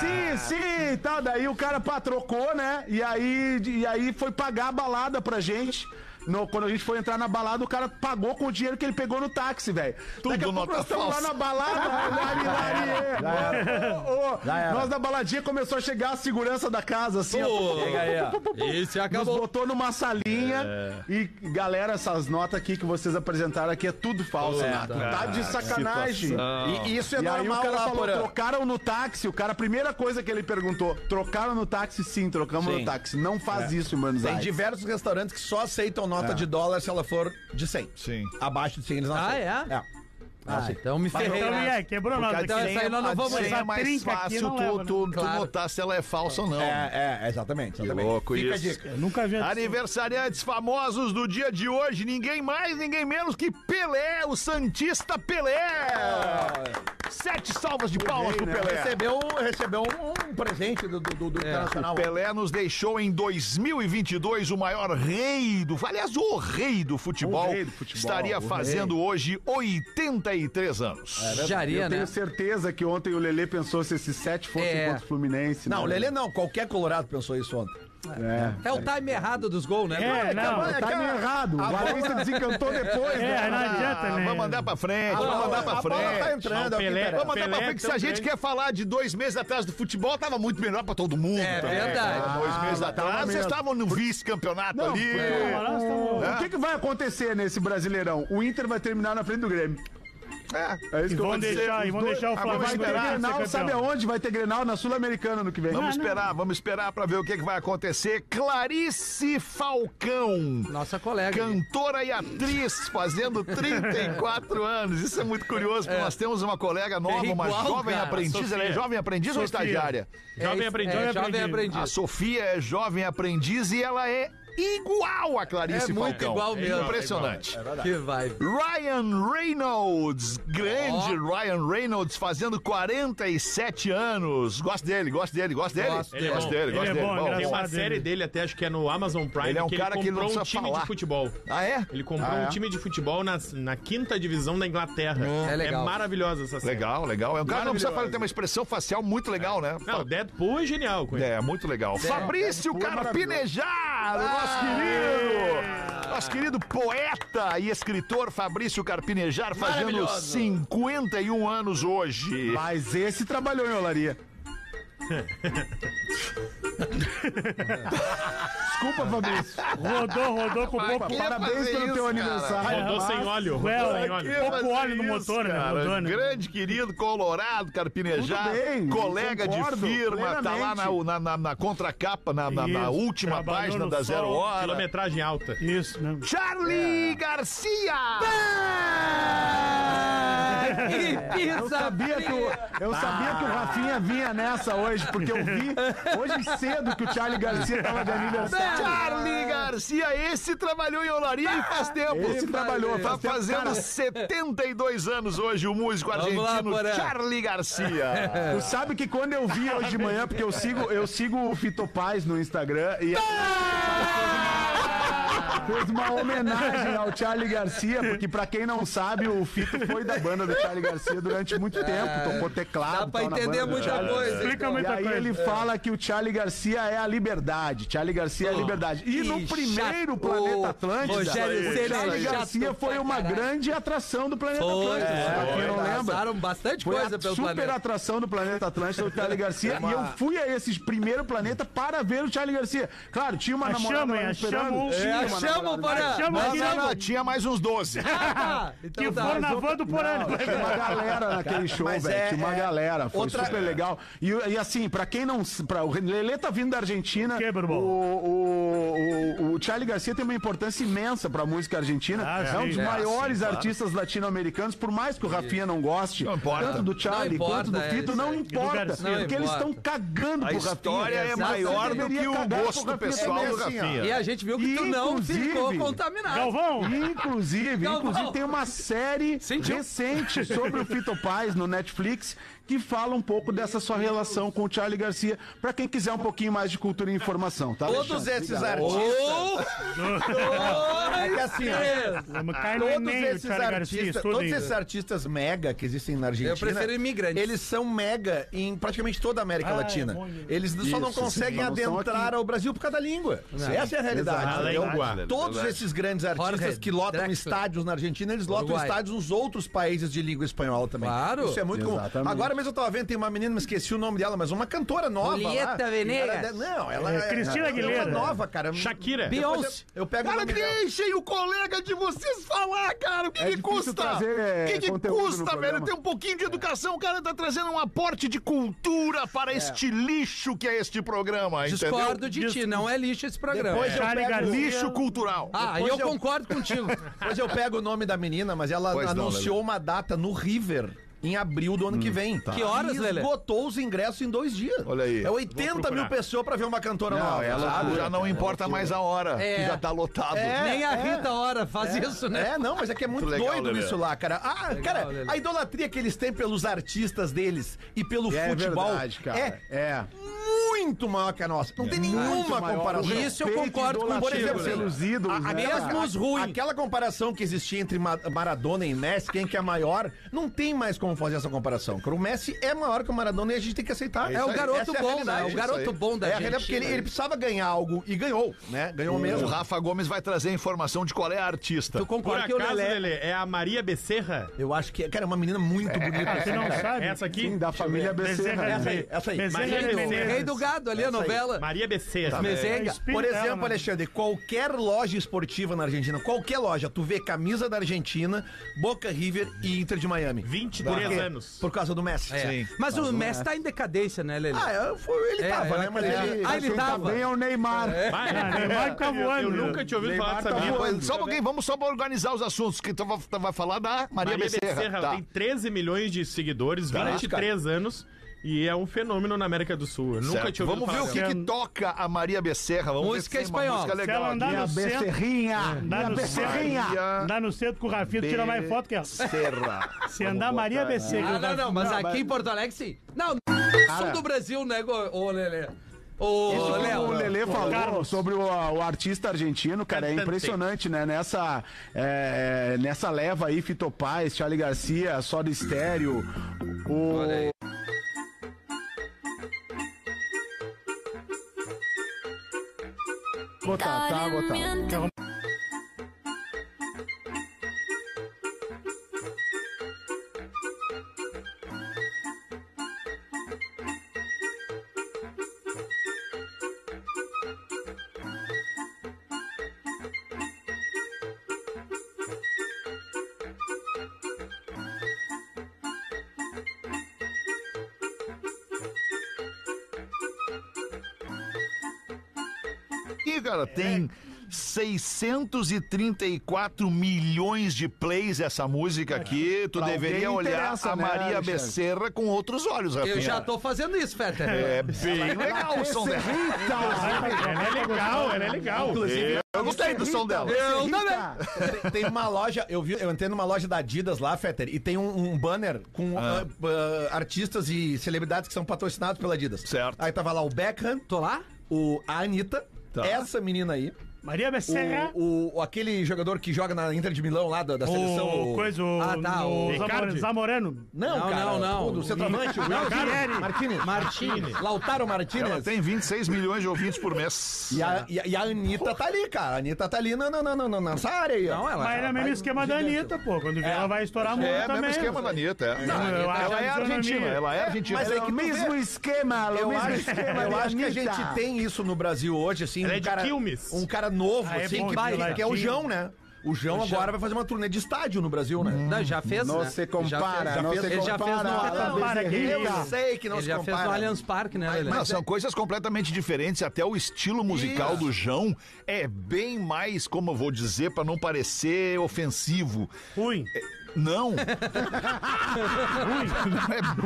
Speaker 10: Sim, sim, e tal. Daí o cara pá, trocou, né? E aí, e aí foi pagar a balada pra gente. No, quando a gente foi entrar na balada, o cara pagou com o dinheiro que ele pegou no táxi, velho. Daqui
Speaker 5: Tudo
Speaker 10: a pouco
Speaker 5: nota
Speaker 10: nós estamos lá
Speaker 5: falsa.
Speaker 10: na balada. lari, lari, ô, ô, nós na baladinha começou a chegar a segurança da casa, assim, ó.
Speaker 7: Esse
Speaker 10: Nos
Speaker 7: acabou.
Speaker 10: botou numa salinha e, galera, essas notas aqui que vocês apresentaram aqui é tudo falso, né? Tu Tá de sacanagem.
Speaker 6: E, e isso é
Speaker 10: E aí o
Speaker 6: normal
Speaker 10: cara
Speaker 6: lá,
Speaker 10: falou,
Speaker 6: Porã.
Speaker 10: trocaram no táxi. O cara, a primeira coisa que ele perguntou, trocaram no táxi? Sim, trocamos
Speaker 6: Sim.
Speaker 10: no táxi. Não faz isso, mano.
Speaker 6: Tem diversos restaurantes que só aceitam nota de dólar se ela for de 100.
Speaker 5: É. Sim.
Speaker 6: Abaixo de 100 eles não
Speaker 7: Ah,
Speaker 6: aceitam.
Speaker 7: é? Ah, então me ferrei.
Speaker 8: Então, e
Speaker 7: né?
Speaker 8: aí, quebrou nós
Speaker 7: Então
Speaker 8: aqui.
Speaker 7: essa aí nós não vamos
Speaker 5: Sim,
Speaker 8: Essa
Speaker 5: é
Speaker 7: usar.
Speaker 5: mais
Speaker 8: trinca aqui
Speaker 5: fácil
Speaker 8: não
Speaker 5: tu,
Speaker 8: leva, né?
Speaker 5: tu- tu
Speaker 7: Claro.
Speaker 5: notar se ela é falsa ou não.
Speaker 6: É, é, exatamente.
Speaker 5: Que
Speaker 6: exatamente.
Speaker 5: louco
Speaker 6: Fica
Speaker 5: isso.
Speaker 6: a dica.
Speaker 8: Eu nunca vi assim. antes.
Speaker 5: Aniversariantes famosos do dia de hoje, ninguém mais, ninguém menos que Pelé, o Santista Pelé. Sete salvas de palmas
Speaker 10: né?
Speaker 5: pro Pelé.
Speaker 6: Recebeu, recebeu um, um presente do, do, do-
Speaker 7: É.
Speaker 6: do Internacional.
Speaker 5: Pelé nos deixou em 2022 o maior rei do, aliás, o rei do futebol,
Speaker 10: O rei do futebol,
Speaker 5: estaria
Speaker 10: o rei.
Speaker 5: fazendo hoje 83 anos.
Speaker 7: Jaria,
Speaker 10: Eu
Speaker 7: né?
Speaker 10: tenho certeza que ontem o Lelê pensou se esses sete fossem
Speaker 7: É.
Speaker 10: contra o Fluminense.
Speaker 6: Não, o
Speaker 10: né?
Speaker 6: Lelê não. Qualquer colorado pensou isso ontem.
Speaker 10: É.
Speaker 7: É o time errado dos gols, né?
Speaker 8: É, não.
Speaker 10: Tá meio errado. O Valência desencantou depois,
Speaker 8: É, não
Speaker 10: né?
Speaker 8: adianta, né?
Speaker 5: Vamos mandar pra frente,
Speaker 6: bola-
Speaker 5: vamos mandar
Speaker 6: a
Speaker 5: pra
Speaker 6: bola tá
Speaker 5: frente.
Speaker 6: entrando. é o que
Speaker 9: Pelé-
Speaker 6: interessa.
Speaker 5: Vamos mandar pra
Speaker 9: Pelé
Speaker 5: frente. que Se
Speaker 9: tão
Speaker 5: a gente
Speaker 9: grande.
Speaker 5: quer falar de dois meses atrás do futebol, tava muito melhor pra todo mundo.
Speaker 7: É
Speaker 5: também.
Speaker 7: verdade.
Speaker 5: Há dois
Speaker 10: Ah,
Speaker 5: meses
Speaker 10: tava
Speaker 5: atrás, vocês
Speaker 10: mesmo.
Speaker 5: estavam no vice-campeonato
Speaker 10: Não,
Speaker 5: ali.
Speaker 10: porque
Speaker 8: Mas nós estamos-
Speaker 5: Né?
Speaker 10: O que, que vai acontecer nesse Brasileirão? O Inter vai terminar na frente do Grêmio. É, isso
Speaker 8: E
Speaker 10: que eu vou
Speaker 8: vão
Speaker 10: dizer.
Speaker 8: deixar, e vão deixar o
Speaker 5: Ah, vamos
Speaker 8: Flamengo
Speaker 10: Vai ter
Speaker 5: esperar,
Speaker 8: ser
Speaker 10: Grenal,
Speaker 8: campeão.
Speaker 10: sabe aonde? Vai ter Grenal na Sul-Americana no que vem.
Speaker 5: Vamos esperar, vamos esperar pra ver o que, que vai acontecer. Clarice Falcão.
Speaker 7: Nossa colega.
Speaker 5: Cantora e atriz, fazendo 34 anos. Isso é muito curioso, porque nós temos uma colega nova,
Speaker 7: É
Speaker 5: uma
Speaker 7: igual,
Speaker 5: jovem
Speaker 7: cara,
Speaker 5: aprendiz.
Speaker 9: Sofia.
Speaker 5: Ela é jovem aprendiz ou
Speaker 8: Sofia.
Speaker 5: estagiária?
Speaker 9: Jovem
Speaker 7: é,
Speaker 9: aprendiz.
Speaker 7: É,
Speaker 8: Jovem
Speaker 7: jovem
Speaker 8: aprendiz.
Speaker 7: aprendiz.
Speaker 5: A Sofia é jovem aprendiz e ela é igual a Clarice
Speaker 7: É muito
Speaker 5: Falcão.
Speaker 7: igual mesmo. É
Speaker 5: Impressionante.
Speaker 10: Ah,
Speaker 7: Que vai.
Speaker 5: Ryan Reynolds, grande Ryan Reynolds, fazendo 47 anos. Gosto dele, gosto dele, gosto dele.
Speaker 7: Gosto
Speaker 9: dele.
Speaker 5: Gosto dele,
Speaker 8: Ele
Speaker 5: gosto
Speaker 8: é
Speaker 5: dele. Bom,
Speaker 8: bom,
Speaker 9: Tem
Speaker 8: engraçado.
Speaker 5: bom.
Speaker 9: uma série dele até, acho que é no Amazon Prime,
Speaker 5: Ele é um
Speaker 9: que
Speaker 5: cara que
Speaker 9: ele
Speaker 5: ele não
Speaker 9: comprou um
Speaker 5: precisa
Speaker 9: time
Speaker 5: falar.
Speaker 9: de futebol.
Speaker 5: Ah, é?
Speaker 9: Ele comprou
Speaker 10: Ah, é?
Speaker 9: um time de futebol na, na quinta divisão da Inglaterra.
Speaker 7: É legal.
Speaker 9: maravilhosa essa série.
Speaker 5: Legal, legal. É um cara que não precisa
Speaker 9: Maravilhoso.
Speaker 5: falar, tem uma expressão facial muito legal, né?
Speaker 9: Não, o Deadpool é genial. com ele.
Speaker 5: É, muito legal. Fabrício Ah!
Speaker 10: Deadpool é maravilhoso.
Speaker 5: Carpinejar, o nosso querido. Nosso querido poeta e escritor Fabrício Carpinejar fazendo 51 anos hoje.
Speaker 10: Mas esse trabalhou em olaria. Desculpa, Fabrício.
Speaker 8: Rodou, rodou com pouco.
Speaker 10: Parabéns pelo teu aniversário.
Speaker 9: Rodou sem óleo, rodou
Speaker 8: Well,
Speaker 9: sem óleo.
Speaker 8: pouco óleo no
Speaker 5: Isso,
Speaker 8: motor, né?
Speaker 5: cara.
Speaker 8: Rodou, né?
Speaker 5: Grande querido Colorado Carpinejar,
Speaker 10: Tudo bem,
Speaker 5: colega de
Speaker 10: concordo
Speaker 5: firma, tá lá na,
Speaker 10: plenamente.
Speaker 5: na, na- na contracapa, na, na- na
Speaker 8: Isso,
Speaker 5: última
Speaker 8: trabalhou
Speaker 5: página
Speaker 8: no
Speaker 5: da
Speaker 8: sol,
Speaker 5: Zero Hora.
Speaker 9: Quilometragem alta.
Speaker 8: Isso, né?
Speaker 5: Charlie Garcia!
Speaker 7: Que
Speaker 10: Eu
Speaker 7: pizza
Speaker 10: sabia, que o, eu sabia que o Rafinha vinha nessa hoje, porque eu vi hoje cedo que o Charlie Garcia tava de aniversário.
Speaker 5: Charlie Garcia, esse trabalhou em olaria e faz tempo.
Speaker 10: Ah, Esse trabalhou,
Speaker 5: Tá
Speaker 10: faz tempo,
Speaker 5: fazendo
Speaker 10: cara.
Speaker 5: 72 anos hoje o músico
Speaker 7: Vamos lá,
Speaker 5: argentino
Speaker 7: Porã.
Speaker 5: Charlie Garcia.
Speaker 7: É.
Speaker 10: Tu sabe que quando eu vi hoje de manhã, porque eu sigo, eu sigo o Fito Paz no Instagram e
Speaker 7: Ah!
Speaker 10: fez uma homenagem ao Charlie Garcia, porque pra quem não sabe, o Fito foi da banda do Charlie Garcia durante muito tempo, tocou
Speaker 7: É. Dá
Speaker 10: teclado.
Speaker 7: pra
Speaker 10: tal Então, na
Speaker 7: entender
Speaker 10: banda do Charlie.
Speaker 7: muita coisa. É.
Speaker 8: Explica
Speaker 10: E
Speaker 8: muita
Speaker 10: aí
Speaker 8: coisa.
Speaker 10: ele fala que o Charlie Garcia é a liberdade. Charlie Garcia é a liberdade. E
Speaker 7: Oh, que
Speaker 10: no primeiro
Speaker 7: chato.
Speaker 10: Planeta Atlântida,
Speaker 7: Rogério
Speaker 10: o
Speaker 7: Ceni é
Speaker 10: Charlie
Speaker 7: chato
Speaker 10: Garcia foi
Speaker 7: pra
Speaker 10: uma
Speaker 7: caralho.
Speaker 10: grande atração do Planeta
Speaker 7: Foi, é,
Speaker 10: Atlântida. pra quem não lembra.
Speaker 7: passaram bastante
Speaker 10: Foi
Speaker 7: coisa
Speaker 10: a
Speaker 7: pelo
Speaker 10: super
Speaker 7: planeta.
Speaker 10: atração do Planeta Atlântida, o Charlie Garcia. E eu fui a esse primeiro planeta para ver o Charlie Garcia. Claro, tinha uma
Speaker 8: Achamos,
Speaker 10: namorada lá
Speaker 8: hein?
Speaker 10: me esperando.
Speaker 8: Achamos
Speaker 7: É,
Speaker 8: um-
Speaker 10: Tinha
Speaker 7: Achamos,
Speaker 10: uma namorada.
Speaker 7: Porã!
Speaker 8: Achamos
Speaker 5: Não,
Speaker 8: que
Speaker 5: não, não, tinha mais uns 12.
Speaker 7: Então
Speaker 8: Que
Speaker 10: Então tá,
Speaker 7: tá.
Speaker 8: foi na van do Porano.
Speaker 10: Não, tinha uma galera naquele show,
Speaker 11: mas
Speaker 10: velho.
Speaker 11: é-
Speaker 10: tinha uma
Speaker 11: é-
Speaker 10: galera. Foi
Speaker 11: outra-
Speaker 10: super legal. E, e assim, pra quem não. s- Pra, o Lelê tá vindo da Argentina.
Speaker 8: Que,
Speaker 10: o,
Speaker 8: Bourbon?
Speaker 10: o, o, o Charlie Garcia tem uma importância imensa pra música argentina.
Speaker 8: Ah,
Speaker 10: é
Speaker 8: sim.
Speaker 10: um dos
Speaker 8: É,
Speaker 10: maiores artistas latino-americanos, por mais que o Rafinha não goste.
Speaker 5: Não importa.
Speaker 10: Tanto do Charlie
Speaker 7: Não
Speaker 10: quanto do
Speaker 7: importa, é,
Speaker 10: Fito,
Speaker 7: isso
Speaker 10: não
Speaker 7: aí.
Speaker 10: importa.
Speaker 8: Garcia.
Speaker 7: Não
Speaker 10: Porque eles
Speaker 7: importa.
Speaker 10: estão cagando
Speaker 5: A
Speaker 10: pro Rafinha.
Speaker 5: história é
Speaker 10: Exato.
Speaker 5: maior do
Speaker 10: Deveria
Speaker 5: que o
Speaker 10: cagar pro
Speaker 5: gosto
Speaker 10: Rafinha
Speaker 5: pessoal
Speaker 10: também,
Speaker 5: do
Speaker 10: assim, ó.
Speaker 5: Rafinha.
Speaker 7: E a gente viu que tu não
Speaker 10: Inclusive-
Speaker 7: ficou contaminado.
Speaker 8: Galvão,
Speaker 10: Inclusive,
Speaker 7: Galvão.
Speaker 10: inclusive tem uma série
Speaker 7: Sentiu?
Speaker 10: recente sobre o Fito Paz no Netflix que fala um pouco dessa sua relação com o Charlie Garcia, pra quem quiser um pouquinho mais de cultura e informação, tá?
Speaker 6: Todos esses artistas.
Speaker 7: Ou...
Speaker 6: É que assim, ó,
Speaker 8: cai no
Speaker 6: todos
Speaker 8: Enem, o
Speaker 6: esses
Speaker 8: Charlie Garcia,
Speaker 6: artistas,
Speaker 8: estuda
Speaker 6: todos
Speaker 8: aí. né?
Speaker 6: esses artistas mega que existem na Argentina.
Speaker 7: Eu prefiro imigrantes.
Speaker 6: Eles são mega em praticamente toda a América
Speaker 8: Ah,
Speaker 6: Latina.
Speaker 8: é bom isso.
Speaker 6: Eles só não conseguem
Speaker 10: só não são
Speaker 6: adentrar ao Brasil por causa da língua. Essa é a realidade.
Speaker 9: A
Speaker 6: entendeu?
Speaker 9: língua.
Speaker 10: né?
Speaker 6: Todos esses grandes artistas
Speaker 7: Jorge
Speaker 6: que lotam
Speaker 7: Drexler.
Speaker 6: estádios na Argentina, eles lotam
Speaker 7: Uruguai.
Speaker 6: estádios nos outros países de língua espanhola também.
Speaker 7: Claro.
Speaker 6: Isso é muito comum.
Speaker 10: Exatamente.
Speaker 6: Agora mesmo eu tava vendo, tem uma menina, me esqueci o nome dela, mas uma cantora nova.
Speaker 7: Julieta
Speaker 6: lá.
Speaker 7: Venegas.
Speaker 6: Ela- é Não, ela
Speaker 8: É, Cristina
Speaker 6: ela
Speaker 8: Aguilera.
Speaker 6: É uma nova, cara.
Speaker 9: Shakira.
Speaker 7: Beyoncé.
Speaker 6: Eu pego o
Speaker 5: Cara,
Speaker 6: nome dela.
Speaker 5: deixem o colega de vocês falar, cara. O que,
Speaker 10: É
Speaker 5: que
Speaker 10: difícil
Speaker 5: custa?
Speaker 10: trazer, é,
Speaker 5: O que, que
Speaker 10: conteúdo no
Speaker 5: custa, velho?
Speaker 10: programa. É.
Speaker 5: Tem um pouquinho de educação. O cara tá trazendo um aporte de cultura para
Speaker 10: É.
Speaker 5: este lixo que é este programa, entendeu?
Speaker 7: Discordo de ti, não é lixo esse programa.
Speaker 6: Depois eu
Speaker 8: Charlie
Speaker 6: pego-
Speaker 8: Garcia.
Speaker 5: Lixo cultural.
Speaker 7: Ah, e eu
Speaker 6: Depois eu-
Speaker 7: concordo contigo.
Speaker 6: Depois eu pego o nome da menina, mas ela
Speaker 5: Pois não,
Speaker 6: anunciou uma data no River em abril do ano que vem.
Speaker 7: Que horas,
Speaker 6: e
Speaker 7: Lelê?
Speaker 6: Esgotou os ingressos em dois dias.
Speaker 5: Olha aí.
Speaker 6: É 80 mil
Speaker 9: procurar.
Speaker 6: pessoas pra ver uma cantora
Speaker 10: Não,
Speaker 6: nova.
Speaker 10: é
Speaker 6: sabe?
Speaker 5: Ah, já não importa mais a hora,
Speaker 7: É.
Speaker 5: que já tá lotado.
Speaker 7: Nem a
Speaker 6: é.
Speaker 7: Rita Ora faz isso, né?
Speaker 6: É, não, mas é que é muito
Speaker 5: Muito legal,
Speaker 6: doido
Speaker 5: Lelê.
Speaker 6: isso lá, cara. Ah, cara,
Speaker 7: Lelê.
Speaker 6: a idolatria que eles têm pelos artistas deles e pelo
Speaker 10: É
Speaker 6: futebol
Speaker 10: verdade, cara.
Speaker 6: é
Speaker 10: É.
Speaker 6: muito maior que a nossa. Não tem nenhuma comparação.
Speaker 7: Isso eu concordo com
Speaker 6: Por
Speaker 7: Por
Speaker 6: exemplo,
Speaker 7: exemplo,
Speaker 10: pelos ídolos,
Speaker 6: a-
Speaker 10: né,
Speaker 6: aquela-
Speaker 10: cara?
Speaker 7: Mesmo os ruins.
Speaker 6: Aquela comparação que existia entre Ma- Maradona e Messi, quem que é maior, não tem mais como fazer essa comparação. Porque O Messi é maior que o Maradona e a gente tem que aceitar.
Speaker 7: É o garoto
Speaker 6: Essa a
Speaker 7: bom,
Speaker 6: realidade.
Speaker 7: né? O garoto
Speaker 6: Isso aí.
Speaker 7: bom da
Speaker 6: é, a
Speaker 7: gente,
Speaker 6: realidade, Porque ele, ele precisava ganhar algo e ganhou, né? Ganhou
Speaker 5: O
Speaker 6: mesmo.
Speaker 5: Rafa Gomes vai trazer informação de qual é a artista.
Speaker 7: Tu
Speaker 9: Por
Speaker 7: concorda que o
Speaker 9: acaso,
Speaker 7: Lelé...
Speaker 9: Lelê, é a Maria Becerra? É,
Speaker 6: Eu acho que, cara, é uma menina muito bonita. assim.
Speaker 8: Você não sabe?
Speaker 9: Essa aqui?
Speaker 10: Sim, da família
Speaker 8: Bezerra
Speaker 10: Becerra.
Speaker 6: Essa
Speaker 10: né?
Speaker 6: aí, essa aí.
Speaker 8: Bezerra
Speaker 9: Maria
Speaker 8: de
Speaker 9: Menezes.
Speaker 8: Menezes.
Speaker 7: é Rei do Gado ali, a novela. é
Speaker 9: Maria
Speaker 5: Tá
Speaker 9: Becerra.
Speaker 7: Mezenga.
Speaker 8: Espírito
Speaker 6: Por
Speaker 8: dela,
Speaker 6: exemplo,
Speaker 8: né?
Speaker 6: Alexandre, qualquer loja esportiva na Argentina, qualquer loja, tu vê camisa da Argentina, Boca River e Inter de Miami.
Speaker 5: Tá
Speaker 9: 23
Speaker 6: Por quê?
Speaker 9: anos.
Speaker 6: Por causa do Messi.
Speaker 7: É. Mas o Messi tá em decadência, né, Lelê?
Speaker 6: Ah, eu fui- ele
Speaker 7: É,
Speaker 6: tava,
Speaker 7: eu
Speaker 6: né? Mas
Speaker 7: acredito.
Speaker 6: ele.
Speaker 7: Ah, ele
Speaker 10: Quem tá
Speaker 7: tava.
Speaker 10: bem é o Neymar.
Speaker 9: Vai,
Speaker 8: Ah,
Speaker 10: é
Speaker 8: Neymar que tá
Speaker 10: um
Speaker 9: eu, eu
Speaker 8: voando.
Speaker 9: nunca tinha ouvido falar dessa
Speaker 5: Depois,
Speaker 9: mina.
Speaker 5: só um pouquinho, vamos só pra organizar os assuntos. Que tu vai, tu vai falar da Maria, Becerra.
Speaker 9: ela
Speaker 5: tá.
Speaker 9: tem 13 milhões de seguidores,
Speaker 5: Tá.
Speaker 9: 23 anos e é um fenômeno na América do Sul. Eu nunca
Speaker 5: Certo.
Speaker 9: tinha ouvido
Speaker 5: Vamos ver
Speaker 9: falar
Speaker 5: o que,
Speaker 9: dela.
Speaker 5: que toca a Maria Becerra. Vamos
Speaker 7: Música
Speaker 5: ver se tem uma
Speaker 7: espanhola.
Speaker 5: música
Speaker 8: Se ela
Speaker 5: legal.
Speaker 8: andar
Speaker 10: E a
Speaker 8: no centro,
Speaker 10: Becerrinha. E
Speaker 8: andar
Speaker 10: a
Speaker 8: no
Speaker 10: Becerrinha.
Speaker 8: andar no centro com o Rafinha, tu tira mais foto que ela. Se
Speaker 5: Serra.
Speaker 8: andar Maria Becerra.
Speaker 7: Ah, não, não, mas
Speaker 10: Não,
Speaker 7: aqui
Speaker 10: mas-
Speaker 7: em Porto Alegre sim. Não, no sul do Brasil, né, go- ô Lelê? Ô,
Speaker 10: O
Speaker 7: Léo.
Speaker 10: Lelê falou
Speaker 8: Carlos.
Speaker 10: sobre o, o artista argentino, cara, é
Speaker 9: Cantante.
Speaker 10: impressionante, né? Nessa, é, nessa leva aí, Fito Paz, Charlie Garcia, Soda Estéreo, o... tá, Botar, tá, botar.
Speaker 5: aí, cara. Tem 634 milhões de plays essa música aqui. Tu
Speaker 10: Pra
Speaker 5: deveria
Speaker 10: alguém
Speaker 5: olhar
Speaker 10: interessa,
Speaker 5: a
Speaker 10: né,
Speaker 5: Maria
Speaker 10: Alexandre?
Speaker 5: Becerra com outros olhos, Rafinha.
Speaker 7: Eu já tô fazendo isso, Fetter.
Speaker 5: É bem legal o som dela.
Speaker 9: Ela é legal, ela é legal.
Speaker 5: Eu, gostei do som dela.
Speaker 7: Eu também.
Speaker 6: Tem- tem uma loja, eu vi, eu entrei numa loja da Adidas lá, Fetter, e tem um, um banner com ah, ah, artistas e celebridades que são patrocinados pela Adidas.
Speaker 5: Certo.
Speaker 6: Aí tava lá o Beckham,
Speaker 7: Tô lá?
Speaker 6: o, a Anitta, essa menina aí,
Speaker 8: Maria Becerra.
Speaker 6: o, o- aquele jogador que joga na Inter de Milão lá da, da seleção.
Speaker 8: O
Speaker 6: o-
Speaker 8: coisa,
Speaker 7: Ah, tá, o
Speaker 8: o
Speaker 9: Icardi.
Speaker 8: Zamor- Zamorano.
Speaker 6: Não,
Speaker 7: Não,
Speaker 6: cara,
Speaker 7: não, não.
Speaker 6: o Do centroavante, o
Speaker 8: Não,
Speaker 6: Wilson.
Speaker 8: Carelli.
Speaker 6: Martinez.
Speaker 7: Martini.
Speaker 6: Lautaro
Speaker 5: Ela
Speaker 6: Martinez.
Speaker 5: É, tem 26 milhões de ouvintes por mês.
Speaker 6: E a, e, a, e a Anitta tá ali, cara. A Anitta tá ali na, na, na, na, nessa área aí. ó.
Speaker 7: Não, é ela.
Speaker 8: Mas é era o mesmo esquema da Anitta, pô. Quando vier, ela vai estourar muito
Speaker 5: É,
Speaker 8: também.
Speaker 5: mesmo esquema da Anitta. é.
Speaker 8: eu
Speaker 5: Ela é
Speaker 8: acho a fisionomia.
Speaker 5: argentina, ela é argentina.
Speaker 6: mas
Speaker 5: Ela
Speaker 6: é que tu vê.
Speaker 10: esquema, Alô,
Speaker 6: Eu
Speaker 10: mesmo
Speaker 6: acho,
Speaker 10: esquema
Speaker 6: eu
Speaker 10: de
Speaker 6: acho que a
Speaker 10: Anitta.
Speaker 6: gente tem isso no Brasil hoje, assim.
Speaker 9: Ela
Speaker 6: um
Speaker 9: é de
Speaker 6: cara,
Speaker 9: Quilmes.
Speaker 6: Um cara novo,
Speaker 8: Ah, é
Speaker 6: assim,
Speaker 8: bom,
Speaker 6: que,
Speaker 8: vai,
Speaker 6: que é o
Speaker 8: latinho.
Speaker 6: João, né? O João agora vai fazer uma turnê de estádio no Brasil, né?
Speaker 7: Não, já fez,
Speaker 10: Não
Speaker 7: né?
Speaker 10: se
Speaker 7: Ele já fez-
Speaker 10: compara, não
Speaker 7: já fez-
Speaker 10: se
Speaker 7: Ele já fez
Speaker 10: compara,
Speaker 7: no
Speaker 10: Alan
Speaker 8: Para,
Speaker 10: Bezerril.
Speaker 8: querido.
Speaker 6: Eu sei que não
Speaker 7: Ele
Speaker 6: se
Speaker 7: já fez
Speaker 6: compara.
Speaker 7: no Allianz Parque, né, Lelê?
Speaker 5: Não, são
Speaker 8: é.
Speaker 5: coisas completamente diferentes, até o estilo musical do João é bem mais, como eu vou dizer, pra não parecer ofensivo.
Speaker 8: Ruim.
Speaker 5: Não,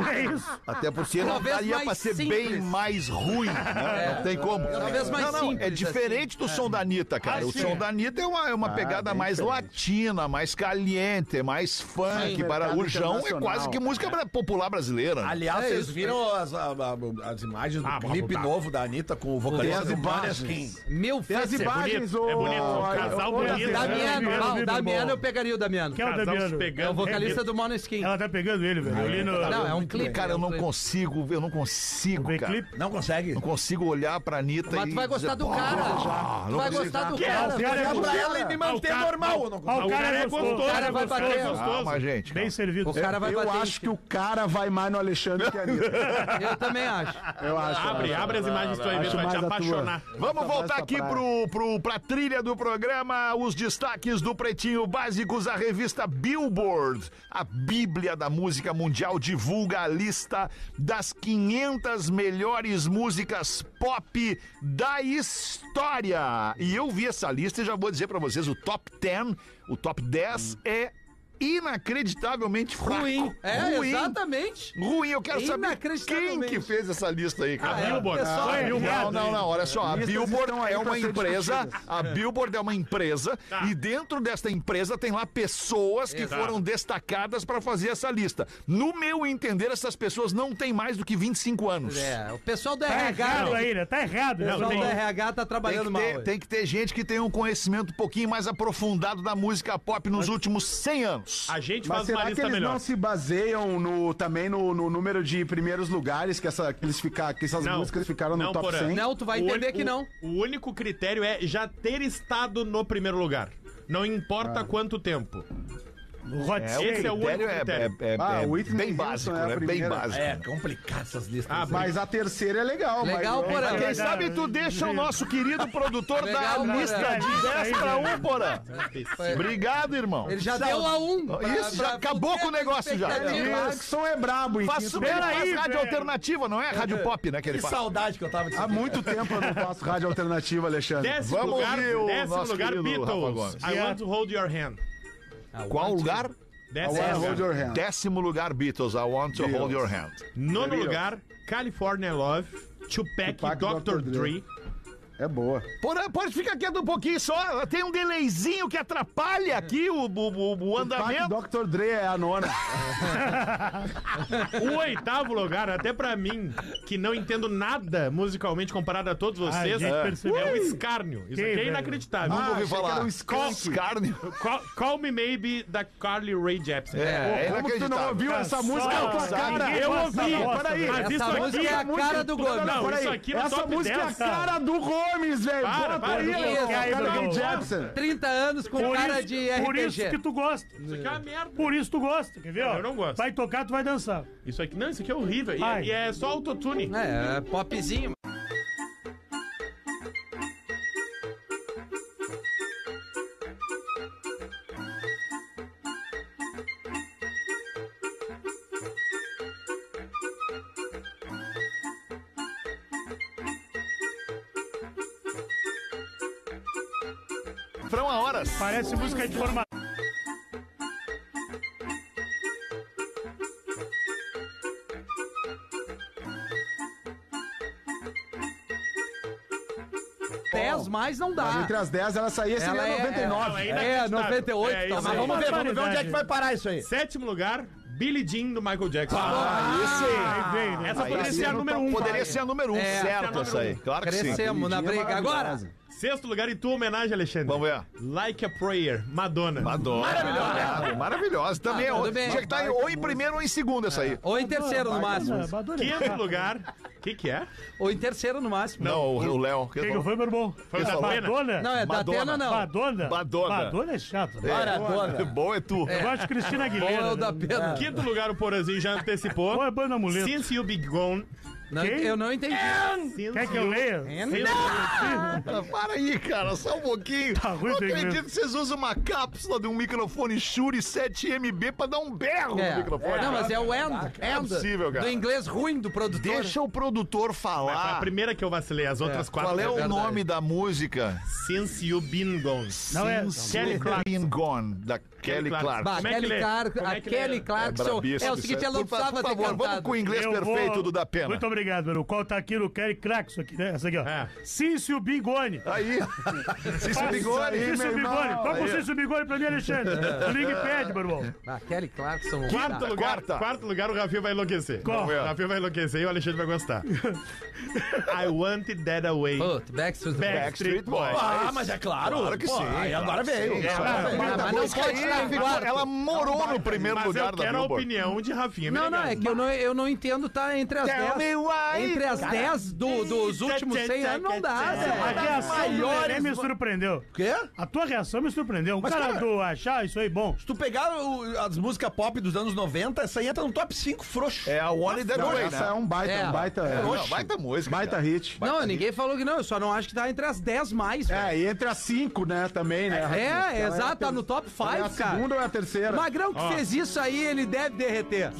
Speaker 8: É isso.
Speaker 5: até porque não
Speaker 7: Talvez
Speaker 5: daria
Speaker 7: mais
Speaker 5: pra ser
Speaker 7: simples.
Speaker 5: bem mais ruim, né? não tem como.
Speaker 7: Talvez mais
Speaker 5: não, não, é
Speaker 7: simples,
Speaker 5: diferente do som da Anitta, cara.
Speaker 8: Ah,
Speaker 5: o
Speaker 8: sim.
Speaker 5: som da Anitta é uma, é
Speaker 8: Ah,
Speaker 5: uma pegada
Speaker 10: bem
Speaker 5: mais
Speaker 10: diferente.
Speaker 5: latina, mais caliente, mais funk.
Speaker 10: Sim.
Speaker 5: para o
Speaker 10: Mercado
Speaker 5: João é
Speaker 10: internacional.
Speaker 5: quase que música popular brasileira. né?
Speaker 6: Aliás, vocês viram as, a- a- as imagens do
Speaker 9: Ah,
Speaker 6: clipe novo da Anitta com o vocalista
Speaker 10: Tem
Speaker 6: do
Speaker 10: as imagens.
Speaker 6: Maneskin?
Speaker 7: Meu
Speaker 10: Tem as
Speaker 7: Fetter.
Speaker 10: imagens,
Speaker 9: bonito, é bonito, um
Speaker 10: ô,
Speaker 9: casal
Speaker 10: ô,
Speaker 9: bonito.
Speaker 10: Alexandre.
Speaker 7: Damiano,
Speaker 8: Damiano,
Speaker 7: ah, o
Speaker 8: Damiano,
Speaker 7: Damiano
Speaker 8: bom.
Speaker 7: eu pegaria o Damiano.
Speaker 8: Que é o
Speaker 9: Casal se
Speaker 8: Damiano.
Speaker 9: pegando.
Speaker 7: É o vocalista do Måneskin.
Speaker 8: Ela tá pegando ele, velho. Eu li no...
Speaker 7: Não, é um
Speaker 6: muito
Speaker 7: clipe.
Speaker 6: bem.
Speaker 5: Cara,
Speaker 7: é
Speaker 5: eu
Speaker 7: um
Speaker 5: não
Speaker 7: clipe.
Speaker 5: consigo, eu não consigo,
Speaker 8: Vê
Speaker 5: cara.
Speaker 8: clipe.
Speaker 6: Não consegue?
Speaker 5: Não consigo olhar pra Anitta
Speaker 7: Mas
Speaker 5: e
Speaker 7: tu vai gostar
Speaker 5: dizer,
Speaker 7: do
Speaker 5: "Pô,
Speaker 7: cara. Tu
Speaker 5: não
Speaker 7: vai
Speaker 5: consigo".
Speaker 7: gostar do
Speaker 8: Que
Speaker 7: cara.
Speaker 6: Olhar
Speaker 8: é, o
Speaker 6: pra
Speaker 8: cara-
Speaker 6: ela e me manter
Speaker 9: Ah, o cara-
Speaker 6: normal. eu não
Speaker 8: Ah,
Speaker 6: consigo.
Speaker 8: o cara é
Speaker 9: O
Speaker 8: gostoso.
Speaker 9: cara
Speaker 7: vai
Speaker 8: gostoso,
Speaker 7: bater.
Speaker 5: Ah,
Speaker 9: gostoso.
Speaker 5: mas gente,
Speaker 8: Bem
Speaker 5: não.
Speaker 8: servido.
Speaker 7: O cara vai
Speaker 10: Eu
Speaker 7: bater.
Speaker 10: acho que o cara vai mais no Alexandre que a Anitta.
Speaker 7: Eu também acho.
Speaker 10: Eu acho.
Speaker 9: Abre,
Speaker 10: eu acho.
Speaker 9: abre as imagens que tu vai ver,
Speaker 10: Acho
Speaker 9: tu vai te
Speaker 10: mais a tua.
Speaker 9: apaixonar.
Speaker 5: Vamos
Speaker 10: Tá mais
Speaker 5: voltar
Speaker 10: pra
Speaker 5: aqui
Speaker 10: praia.
Speaker 5: pro, pro, pra trilha do programa, os destaques do Pretinho Básicos, a revista Billboard, a bíblia da música mundial, divulga a lista das 500 melhores músicas pop da história. E eu vi essa lista e já vou dizer pra vocês, o top 10, o top 10 é inacreditavelmente fraco.
Speaker 7: Ruim. É,
Speaker 5: Ruim.
Speaker 7: exatamente.
Speaker 5: Ruim, eu quero saber quem
Speaker 7: Inacreditavelmente.
Speaker 5: que fez essa lista aí, cara.
Speaker 7: Ah, é.
Speaker 9: Billboard.
Speaker 7: Pessoal,
Speaker 8: Ah,
Speaker 5: Não,
Speaker 8: Billboard.
Speaker 5: não, não, olha só, a
Speaker 10: Listas
Speaker 5: Billboard
Speaker 10: estão aí
Speaker 5: é
Speaker 10: pra
Speaker 5: uma
Speaker 10: ser
Speaker 5: empresa,
Speaker 10: discutidas.
Speaker 5: a Billboard é uma empresa
Speaker 9: Tá.
Speaker 5: e dentro desta empresa tem lá pessoas que
Speaker 9: Exato.
Speaker 5: foram destacadas para fazer essa lista. No meu entender, essas pessoas não têm mais do que 25 anos.
Speaker 7: É, o pessoal do
Speaker 8: Tá
Speaker 7: RH.
Speaker 8: errado
Speaker 7: O
Speaker 8: aí, né? Tá errado. né?
Speaker 9: Não,
Speaker 7: pessoal
Speaker 9: tem-
Speaker 7: do RH tá
Speaker 5: Tem
Speaker 7: trabalhando
Speaker 5: que,
Speaker 7: mal.
Speaker 5: ter,
Speaker 7: aí.
Speaker 5: tem que ter gente que tem um conhecimento um pouquinho mais aprofundado da música pop nos últimos 100 anos.
Speaker 9: A gente
Speaker 10: Mas
Speaker 9: faz uma
Speaker 10: será que
Speaker 9: lista
Speaker 10: eles
Speaker 9: melhor.
Speaker 10: não se baseiam no, também no, no número de primeiros lugares que, essa, que, eles ficar, que essas
Speaker 9: Não.
Speaker 10: músicas ficaram no
Speaker 9: Não,
Speaker 10: top
Speaker 9: Porã.
Speaker 10: 100?
Speaker 7: Não, tu vai
Speaker 9: O
Speaker 7: entender
Speaker 9: único-
Speaker 7: que não.
Speaker 9: O único critério é já ter estado no primeiro lugar. Não
Speaker 10: Ah.
Speaker 9: importa quanto tempo.
Speaker 8: O
Speaker 5: É, o
Speaker 8: Hot
Speaker 9: Esse é o
Speaker 5: critério
Speaker 9: único
Speaker 5: é,
Speaker 9: critério.
Speaker 5: é- é-
Speaker 10: Ah,
Speaker 5: é
Speaker 10: Whitney
Speaker 5: bem
Speaker 10: Houston
Speaker 5: básico,
Speaker 10: é a
Speaker 5: é, bem
Speaker 10: primeira.
Speaker 5: básico.
Speaker 6: É complicado essas listas.
Speaker 9: Ah,
Speaker 6: né?
Speaker 10: Mas a terceira é legal.
Speaker 7: Legal,
Speaker 10: mas,
Speaker 7: Porã.
Speaker 5: Quem sabe
Speaker 9: um
Speaker 5: tu deixa o nosso querido produtor da
Speaker 7: Legal, Porã.
Speaker 5: lista de 10 para 1, Porã. Obrigado, irmão.
Speaker 7: Ele já deu a um. pra-
Speaker 5: Isso, já
Speaker 7: pra-
Speaker 5: acabou com o negócio já.
Speaker 10: O
Speaker 7: expectativa.
Speaker 10: Maxson é brabo, em
Speaker 5: Faço
Speaker 10: quinto
Speaker 5: ele
Speaker 10: lugar.
Speaker 5: faz
Speaker 8: Peraí,
Speaker 5: rádio
Speaker 8: velho.
Speaker 5: alternativa, não é rádio pop, né? Que ele
Speaker 6: Que
Speaker 5: faz.
Speaker 6: saudade que eu tava disso.
Speaker 10: Há muito tempo eu não faço rádio alternativa, Alexandre.
Speaker 9: Décimo
Speaker 5: Vamos
Speaker 9: lugar,
Speaker 5: ouvir o
Speaker 9: décimo
Speaker 5: nosso
Speaker 9: lugar
Speaker 5: querido Rafa
Speaker 9: Beatles.
Speaker 5: Gomes.
Speaker 9: I want to hold your hand.
Speaker 5: Qual lugar?
Speaker 10: I
Speaker 9: Décimo
Speaker 10: wanna
Speaker 9: lugar.
Speaker 10: hold your hand.
Speaker 5: Décimo lugar, Beatles. I want to hold your hand.
Speaker 9: Nono
Speaker 10: Beatles.
Speaker 9: lugar, California Love, Tupac,
Speaker 10: Tupac,
Speaker 9: Dr.
Speaker 10: Dr.
Speaker 9: Dre.
Speaker 10: Dre. É boa.
Speaker 5: Porã, pode ficar quieto um pouquinho só. Tem um delayzinho que atrapalha aqui o, o- o- o
Speaker 9: Tá
Speaker 10: Pac
Speaker 5: andamento.
Speaker 10: Dr. Dre é a nona.
Speaker 9: O oitavo lugar, até pra mim, que não entendo nada musicalmente comparado a todos
Speaker 8: A
Speaker 9: vocês,
Speaker 8: gente percebeu.
Speaker 9: é o escárnio. Isso
Speaker 8: Que
Speaker 9: aqui é
Speaker 8: velho.
Speaker 9: inacreditável.
Speaker 10: Ah, achei
Speaker 5: ouvi
Speaker 10: que era
Speaker 5: falar.
Speaker 10: um skunk.
Speaker 5: Carne.
Speaker 9: Call, Call Me Maybe, da Carly Rae Jepsen.
Speaker 5: É, é
Speaker 10: Como que tu não
Speaker 5: inacreditável. Tá
Speaker 10: ouviu essa música
Speaker 8: Só-
Speaker 10: com a cara?
Speaker 8: Ninguém
Speaker 9: Eu
Speaker 8: gosta,
Speaker 9: ouvi,
Speaker 8: gosta,
Speaker 9: peraí.
Speaker 8: velho.
Speaker 9: Mas
Speaker 7: Essa
Speaker 9: isso
Speaker 7: música
Speaker 9: aqui
Speaker 7: é a cara do Gomes.
Speaker 9: Não,
Speaker 10: Peraí,
Speaker 9: isso aqui no
Speaker 10: essa
Speaker 9: top
Speaker 10: música
Speaker 9: 10,
Speaker 10: é a
Speaker 5: tá?
Speaker 10: cara do Gomes, velho.
Speaker 9: Para,
Speaker 10: Bota
Speaker 9: para,
Speaker 10: aí,
Speaker 9: isso,
Speaker 10: ó,
Speaker 7: que aí,
Speaker 10: cara
Speaker 8: Bruno.
Speaker 10: do Jackson.
Speaker 7: 30 anos com cara de
Speaker 8: por isso
Speaker 7: RPG.
Speaker 8: que tu gosta.
Speaker 9: Isso aqui é uma merda.
Speaker 8: Por isso tu gosta, quer ver? ó?
Speaker 9: Eu não gosto.
Speaker 8: Vai tocar, tu vai dançar.
Speaker 9: Isso aqui, não, isso aqui é horrível. E, é-
Speaker 8: Ai.
Speaker 9: e é só autotune.
Speaker 7: É, é popzinho.
Speaker 5: Frão a horas.
Speaker 8: Parece música de formação.
Speaker 7: Dez mais não dá.
Speaker 10: Entre as 10 ela saía,
Speaker 5: assim.
Speaker 10: seria
Speaker 7: Ela é-
Speaker 10: 99.
Speaker 9: é
Speaker 7: É, 98.
Speaker 9: É,
Speaker 7: talvez.
Speaker 9: isso aí.
Speaker 6: Vamos ver, vamos ver onde é que
Speaker 8: Barbaridade.
Speaker 6: vai parar isso aí.
Speaker 9: Sétimo lugar, Billy Jean do Michael Jackson.
Speaker 8: Ah. Aí vem, né?
Speaker 9: Essa poderia
Speaker 5: Aí
Speaker 9: ser a
Speaker 5: não
Speaker 9: número
Speaker 5: tá-
Speaker 9: um.
Speaker 5: Poderia ser a número 1, um,
Speaker 7: É, essa é a
Speaker 5: certo
Speaker 9: número
Speaker 5: essa aí.
Speaker 9: um.
Speaker 5: Claro que sim.
Speaker 7: Crescemos na briga. Agora,
Speaker 9: Sexto lugar em tua homenagem, Alexandre.
Speaker 5: Vamos ver.
Speaker 9: Like a Prayer, Madonna.
Speaker 5: Adoro. Maravilhosa. Maravilhosa. Também é
Speaker 7: tudo
Speaker 5: outra.
Speaker 7: bem.
Speaker 5: Tinha que estar em- ou em primeiro ou em segundo essa aí.
Speaker 7: ou em terceiro no máximo.
Speaker 8: é
Speaker 9: Quinto lugar. O que, que é?
Speaker 7: Ou em terceiro no máximo.
Speaker 5: Não, o o Léo. que
Speaker 8: Quem
Speaker 5: não-
Speaker 8: que foi, meu irmão?
Speaker 9: Foi o da Pena.
Speaker 8: Madonna?
Speaker 7: Não, é da
Speaker 5: Madonna.
Speaker 7: Atena, não.
Speaker 8: Madonna?
Speaker 5: Madonna.
Speaker 8: Madonna é chato. né?
Speaker 7: Maradona.
Speaker 5: Bom é tu.
Speaker 8: Eu gosto de Cristina
Speaker 7: Ou
Speaker 8: Aguilera.
Speaker 7: é o da
Speaker 8: né?
Speaker 7: Pena.
Speaker 9: Quinto lugar, o Porazinho já antecipou.
Speaker 8: Ou é banda muleta.
Speaker 9: Since You Be Gone.
Speaker 7: Não,
Speaker 8: Quem?
Speaker 7: eu não entendi.
Speaker 9: Since
Speaker 8: Quer que eu
Speaker 9: You-
Speaker 8: leia?
Speaker 9: Since-
Speaker 5: Ah, Para aí, cara, só um pouquinho.
Speaker 8: Tá ruim
Speaker 5: não
Speaker 8: de
Speaker 5: acredito
Speaker 8: inglês.
Speaker 5: que vocês usam uma cápsula de um microfone Shure 7MB pra dar um berro
Speaker 7: É.
Speaker 5: no microfone.
Speaker 7: Não, mas é o end.
Speaker 5: é
Speaker 7: end
Speaker 5: possível, cara.
Speaker 7: Do inglês ruim do produtor.
Speaker 5: Deixa o produtor
Speaker 9: Foi a
Speaker 5: falar.
Speaker 9: primeira que eu vacilei, as outras quatro.
Speaker 5: Qual Ah. é, o
Speaker 7: verdade.
Speaker 5: nome da música?
Speaker 9: Since You Been Gone.
Speaker 8: Não é.
Speaker 5: Since
Speaker 9: Kelly
Speaker 5: You've
Speaker 9: Clarkson.
Speaker 5: Been Gone, da Kelly
Speaker 9: Clarkson.
Speaker 5: Clark.
Speaker 7: Bah,
Speaker 9: Como é que
Speaker 7: Kelly
Speaker 9: lê?
Speaker 7: Clark-
Speaker 9: Como é
Speaker 7: a
Speaker 9: que lê?
Speaker 7: Kelly Clarkson. É, o seguinte, ela não
Speaker 5: Por fa-
Speaker 7: precisava
Speaker 5: Por
Speaker 7: ter
Speaker 5: favor, vamos
Speaker 7: cantado.
Speaker 5: com o inglês
Speaker 8: Eu vou-
Speaker 5: perfeito do da pena.
Speaker 8: Muito obrigado, meu. irmão. Qual tá aqui no Kelly Craxo aqui, né? Essa aqui, ó.
Speaker 9: É.
Speaker 8: Cício Bigone.
Speaker 5: Tá Aí. Ah, Cício Bigode.
Speaker 8: Cício Bigone. Toca o
Speaker 5: Aí.
Speaker 8: Cício Bigone pra mim, Alexandre. Liga e pede, meu irmão.
Speaker 7: Ah, Kelly Clarkson.
Speaker 9: Quarto
Speaker 7: Ah,
Speaker 9: lugar,
Speaker 5: quarta.
Speaker 9: quarto lugar, o Rafinha vai enlouquecer.
Speaker 8: Qual?
Speaker 9: O Rafinha vai enlouquecer e o Alexandre vai gostar. I Want It That Away.
Speaker 7: Puto, Backstreet Boys.
Speaker 9: Backstreet Boys.
Speaker 6: Ah, mas é claro. É,
Speaker 5: Claro que sim.
Speaker 6: Aí agora veio.
Speaker 7: Ah, mas não
Speaker 5: Música
Speaker 7: pode
Speaker 5: aí,
Speaker 7: estar em
Speaker 5: ficou-
Speaker 7: quarto.
Speaker 5: Ela morou no primeiro
Speaker 9: Mas
Speaker 5: lugar
Speaker 9: eu
Speaker 5: da
Speaker 9: quero a
Speaker 5: Billboard.
Speaker 9: opinião de Rafinha.
Speaker 7: Não, não,
Speaker 9: Menegas.
Speaker 7: é que eu não, eu não entendo, tá entre as
Speaker 5: Tell me
Speaker 7: 10.
Speaker 5: why.
Speaker 7: Entre as 10 do- dos últimos 100 anos não dá,
Speaker 8: A
Speaker 7: velho.
Speaker 8: reação do Lelê assim, né? me surpreendeu.
Speaker 6: O quê?
Speaker 8: A tua reação me surpreendeu. O cara,
Speaker 6: cara-
Speaker 8: do achar isso aí bom.
Speaker 6: Se tu pegar o- as músicas pop dos anos 90, essa aí entra no top 5 frouxo.
Speaker 5: É a One That
Speaker 10: Não,
Speaker 5: Way,
Speaker 10: essa é
Speaker 5: né?
Speaker 10: um baita,
Speaker 7: É.
Speaker 10: um baita.
Speaker 5: É, não,
Speaker 10: Oxe,
Speaker 5: baita música,
Speaker 10: Baita
Speaker 5: cara.
Speaker 10: hit.
Speaker 7: Não, ninguém falou que não, eu só não acho que tá entre as 10 mais, velho.
Speaker 10: É, e entre as cinco, né, também, né?
Speaker 7: É,
Speaker 10: Ela a
Speaker 7: exato, tá
Speaker 10: ter-
Speaker 7: no top
Speaker 10: ela É a
Speaker 7: 5, cara.
Speaker 10: segunda ou é a terceira?
Speaker 7: Magrão que fez isso aí, ele deve derreter.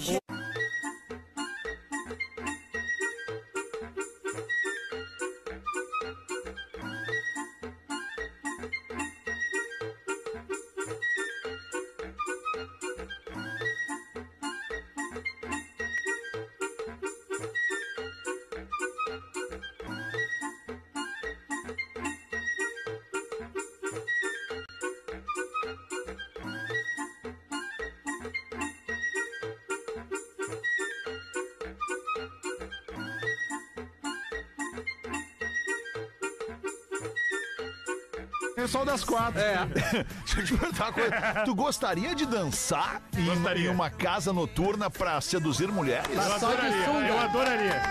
Speaker 10: É só o das quatro. É.
Speaker 5: Deixa eu te perguntar uma coisa. Tu gostaria de dançar em-
Speaker 9: Gostaria.
Speaker 5: em uma casa noturna pra seduzir mulheres?
Speaker 9: Eu adoraria, eu adoraria.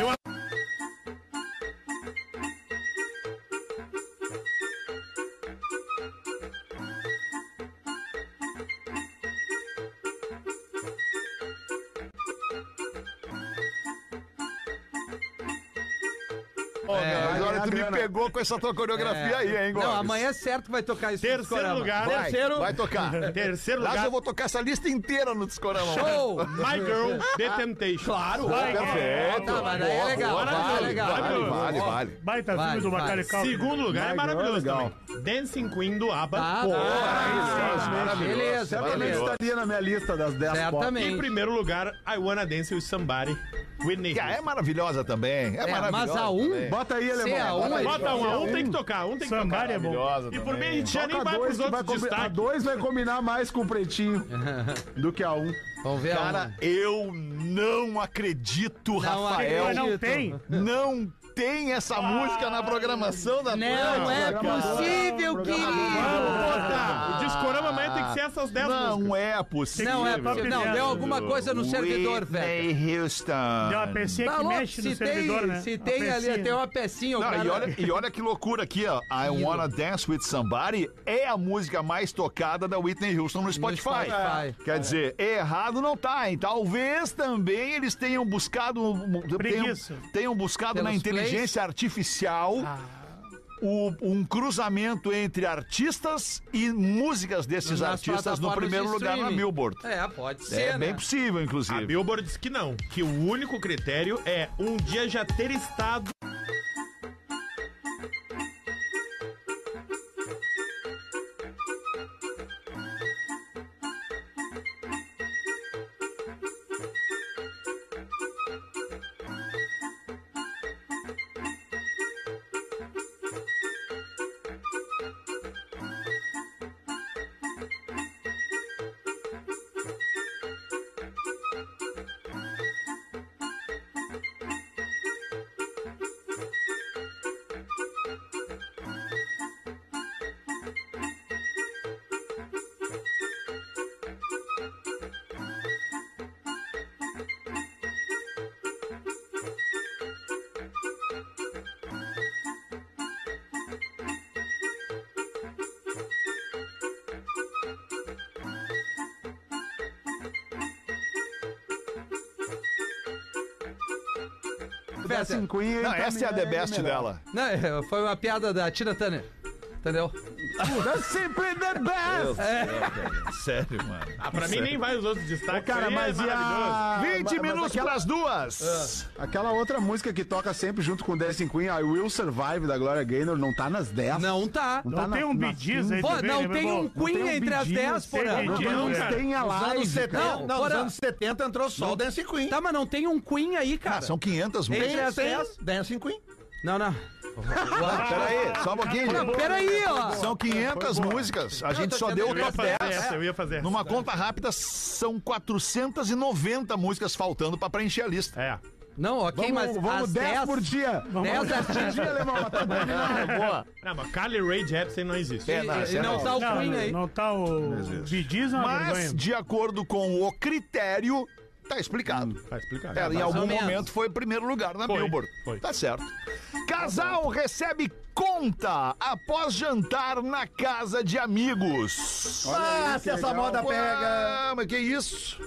Speaker 9: Eu a-
Speaker 5: Ô, cara, agora
Speaker 10: ganhar
Speaker 5: tu me
Speaker 10: é grana.
Speaker 5: pegou com essa tua coreografia aí, hein, Gomes?
Speaker 7: É, Não, amanhã é certo que vai tocar isso. no
Speaker 9: Terceiro
Speaker 7: Discorama.
Speaker 9: lugar.
Speaker 5: Vai,
Speaker 9: Terceiro.
Speaker 5: vai tocar.
Speaker 9: Terceiro
Speaker 5: Lá
Speaker 9: lugar.
Speaker 5: eu vou tocar essa lista inteira no Discorama.
Speaker 7: Show!
Speaker 9: My Girl, The Temptation. Claro.
Speaker 5: Perfeito.
Speaker 7: Tá, mas daí é
Speaker 5: Boa,
Speaker 7: legal,
Speaker 5: boa,
Speaker 7: vai,
Speaker 5: vale,
Speaker 7: legal.
Speaker 5: Vale,
Speaker 9: Vai,
Speaker 5: vale,
Speaker 7: boa.
Speaker 5: vale.
Speaker 8: Baita
Speaker 7: Vai,
Speaker 8: filme do
Speaker 7: vai.
Speaker 8: Macaulay Culkin. né?
Speaker 9: Segundo lugar é
Speaker 10: My
Speaker 9: maravilhoso
Speaker 10: Girl, legal.
Speaker 9: também. Dancing Queen do ABBA.
Speaker 7: Ah, tá. Beleza,
Speaker 10: Certamente
Speaker 7: beleza.
Speaker 10: estaria na minha lista das dez pop.
Speaker 9: Em
Speaker 7: Certamente.
Speaker 9: primeiro lugar, I Wanna Dance With Somebody. Whitney
Speaker 5: Que é
Speaker 9: Houston.
Speaker 5: maravilhosa também. É, maravilhosa.
Speaker 7: mas a um-
Speaker 5: também.
Speaker 10: Bota aí,
Speaker 7: Se é
Speaker 10: Alemão.
Speaker 7: um,
Speaker 10: bota aí.
Speaker 7: é
Speaker 9: Bota um, um tem que tocar, um tem que
Speaker 8: Sambar é
Speaker 9: tocar.
Speaker 8: bom.
Speaker 5: Maravilhosa
Speaker 9: E por
Speaker 5: também.
Speaker 9: mim a gente já nem
Speaker 10: Toca
Speaker 9: vai
Speaker 10: dois
Speaker 9: pros
Speaker 10: que vai
Speaker 9: outros
Speaker 10: combi- a
Speaker 9: destaques.
Speaker 10: dois vai combinar mais com o pretinho do que a um.
Speaker 7: Vamos ver
Speaker 5: Cara,
Speaker 7: aonde.
Speaker 5: eu não acredito, Rafael.
Speaker 8: Mas
Speaker 5: Não,
Speaker 8: não tem.
Speaker 5: tem essa música na programação da
Speaker 7: Ah, Não é
Speaker 5: Atlântida, cara.
Speaker 7: possível, querido.
Speaker 9: O discorama amanhã tem que ser essas 10 músicas.
Speaker 5: Não é possível.
Speaker 7: Não é possível. Não, deu alguma coisa no servidor, velho.
Speaker 5: Whitney Houston.
Speaker 8: Deu uma pecinha
Speaker 7: Tá
Speaker 8: que
Speaker 7: louco,
Speaker 8: mexe no
Speaker 7: se
Speaker 8: servidor,
Speaker 7: tem,
Speaker 8: né?
Speaker 7: se tem ali, tem uma pecinha, o
Speaker 5: Não, e,
Speaker 7: cara...
Speaker 5: olha, e olha que loucura aqui, ó. I Wanna Dance With Somebody é a música mais tocada da Whitney Houston no Spotify.
Speaker 7: Spotify. É.
Speaker 5: Quer dizer, errado não tá, hein? Talvez também eles tenham buscado... um, Tenham,
Speaker 8: Preguiça.
Speaker 5: tenham buscado na
Speaker 7: Pelos Ah.
Speaker 5: inteligência artificial... o- um cruzamento entre artistas e músicas desses
Speaker 7: Nas
Speaker 5: artistas no
Speaker 7: plataformas
Speaker 5: primeiro
Speaker 7: de
Speaker 5: lugar na
Speaker 7: streaming.
Speaker 5: Billboard.
Speaker 7: É, pode ser,
Speaker 5: É,
Speaker 7: né?
Speaker 5: bem possível,
Speaker 9: A
Speaker 5: inclusive.
Speaker 9: Billboard diz que não, que o único critério é um dia já ter estado
Speaker 10: dá
Speaker 7: Feta.
Speaker 10: 50.
Speaker 5: Não, essa é a the best dela.
Speaker 7: Não, é, foi uma piada da Tina Turner. Entendeu?
Speaker 10: Dá é sempre the best.
Speaker 12: Sério, mano.
Speaker 9: Ah, pra mim nem vai os outros destaques.
Speaker 10: Ô, cara,
Speaker 9: aí é
Speaker 10: mas e
Speaker 7: Ah,
Speaker 10: a...
Speaker 5: 20
Speaker 10: mas- mas
Speaker 5: minutos
Speaker 10: aquela-
Speaker 5: pras duas.
Speaker 10: Aquela outra música que toca sempre junto com Dancing Queen, I Will Survive, da Gloria Gaynor, não tá nas 10.
Speaker 7: Não tá.
Speaker 10: Não
Speaker 8: Não
Speaker 10: tá na-
Speaker 8: tem um
Speaker 10: na-
Speaker 8: bidiz aí
Speaker 7: Pô,
Speaker 8: também,
Speaker 7: não
Speaker 8: né, meu
Speaker 7: tem
Speaker 8: irmão?
Speaker 7: um Queen
Speaker 8: Não tem
Speaker 7: entre as
Speaker 8: Bee Gees,
Speaker 7: 10, porra.
Speaker 8: tem um Bee
Speaker 10: Não,
Speaker 8: Gees,
Speaker 10: não
Speaker 8: cara.
Speaker 10: tem a
Speaker 6: Nos anos
Speaker 10: live,
Speaker 6: 70,
Speaker 10: cara.
Speaker 6: não,
Speaker 7: Não,
Speaker 6: nos
Speaker 7: fora-
Speaker 6: anos 70 entrou só o Dancing Queen.
Speaker 7: Tá, mas não tem um Queen aí, cara.
Speaker 5: Ah, são 500
Speaker 7: Entre
Speaker 5: músicas.
Speaker 7: as
Speaker 6: Tem
Speaker 7: 10.
Speaker 6: Dancing Queen.
Speaker 7: Não, não.
Speaker 5: Peraí,
Speaker 7: É.
Speaker 5: só um pouquinho,
Speaker 7: Não,
Speaker 5: gente.
Speaker 7: peraí, ó.
Speaker 5: São 500 músicas. A gente
Speaker 7: tô
Speaker 5: só
Speaker 7: dizendo
Speaker 5: deu o
Speaker 9: Eu ia
Speaker 5: top
Speaker 9: fazer
Speaker 5: 10.
Speaker 9: essa, eu ia fazer essa.
Speaker 5: Numa conta rápida, são 490 músicas faltando pra preencher a lista.
Speaker 9: É.
Speaker 7: Não, ok,
Speaker 10: Vamos,
Speaker 7: mas
Speaker 10: vamos
Speaker 7: as
Speaker 10: 10,
Speaker 7: 10
Speaker 10: por dia. Vamos
Speaker 7: 10
Speaker 10: por dia,
Speaker 7: artistas.
Speaker 10: alemão. Tá bom, não, boa.
Speaker 9: Não, mas Carly Rae Jepsen não existe.
Speaker 5: É, não,
Speaker 7: E não tá o
Speaker 8: Não,
Speaker 7: Queen
Speaker 8: não,
Speaker 7: aí.
Speaker 8: não tá o bidiz, é uma
Speaker 5: Mas,
Speaker 8: vergonha.
Speaker 5: de acordo com o critério, tá explicado.
Speaker 9: Vai explicar.
Speaker 5: Ela, É, em
Speaker 7: ou
Speaker 5: algum
Speaker 7: menos.
Speaker 5: momento, foi primeiro lugar na
Speaker 9: Foi,
Speaker 5: Billboard.
Speaker 9: foi.
Speaker 5: Tá certo. Casal recebe conta após jantar na casa de amigos.
Speaker 6: Ah, se essa moda pega.
Speaker 5: Ah, mas que isso?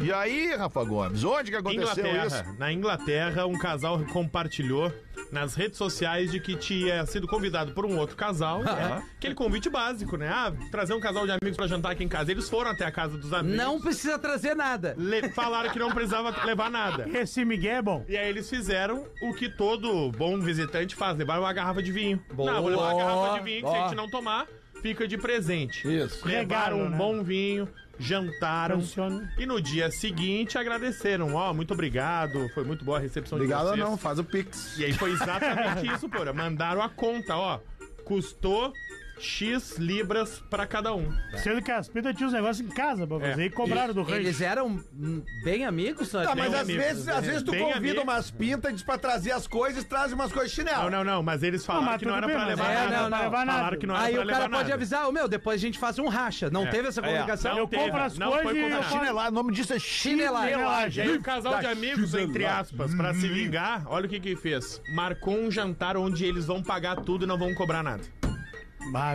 Speaker 5: E aí, Rafa Gomes, onde que aconteceu isso?
Speaker 9: Inglaterra. Na Inglaterra, um casal compartilhou nas redes sociais de que tinha sido convidado por um outro casal. né? Aquele convite básico, né? Ah, trazer um casal de amigos pra jantar aqui em casa. Eles foram até a casa dos amigos.
Speaker 7: Não precisa trazer nada.
Speaker 9: Le- falaram que não precisava levar nada.
Speaker 8: Esse Miguel é bom.
Speaker 9: E aí eles fizeram o que todo bom visitante faz, levaram uma garrafa de vinho. Não, vou levar uma garrafa de vinho que se a gente não tomar, fica de presente.
Speaker 6: Isso.
Speaker 9: Levaram
Speaker 8: Regalo,
Speaker 9: um
Speaker 8: né? Então,
Speaker 9: bom vinho, jantaram.
Speaker 8: Funciona.
Speaker 9: E no dia seguinte agradeceram. Ó, muito obrigado, foi muito boa a recepção de
Speaker 10: Obrigado
Speaker 9: vocês.
Speaker 10: não, faz o pix.
Speaker 9: E aí foi exatamente isso, porra. Mandaram a conta, ó. Custou X libras pra cada um.
Speaker 8: Sendo que as pedras tinham os negócios em casa pra fazer
Speaker 9: É.
Speaker 8: e cobraram do rei.
Speaker 7: Eles eram hum, bem amigos,
Speaker 6: Tá, mas
Speaker 9: Bem
Speaker 6: às
Speaker 9: amigo,
Speaker 6: vezes, às vezes tu
Speaker 9: bem
Speaker 6: convida
Speaker 9: amigo.
Speaker 6: umas pintas diz pra trazer as coisas, traz umas coisas de
Speaker 9: Não,
Speaker 6: chinelo.
Speaker 9: não, não, mas eles
Speaker 8: Não,
Speaker 9: falaram
Speaker 8: mas
Speaker 9: que não
Speaker 8: tudo
Speaker 9: era
Speaker 8: bem,
Speaker 9: pra
Speaker 8: mas
Speaker 9: levar
Speaker 7: é,
Speaker 9: nada.
Speaker 7: não, não.
Speaker 8: Levar nada.
Speaker 9: Falaram que não era
Speaker 7: Aí
Speaker 9: pra
Speaker 7: o cara
Speaker 9: levar
Speaker 7: pode
Speaker 9: nada.
Speaker 7: avisar, ô meu, depois a gente faz um racha. Não
Speaker 9: É.
Speaker 7: teve essa
Speaker 9: É.
Speaker 7: comunicação?
Speaker 9: Não
Speaker 8: Eu
Speaker 9: teve,
Speaker 8: compro as
Speaker 9: não foi
Speaker 8: coisas e eu
Speaker 9: combinado.
Speaker 8: faço.
Speaker 5: Chinelar, o nome disso é
Speaker 7: Chinelagem.
Speaker 9: E aí o Um casal de amigos, entre aspas, pra se vingar, olha o que que fez. Marcou um jantar onde eles vão pagar tudo e não vão cobrar nada.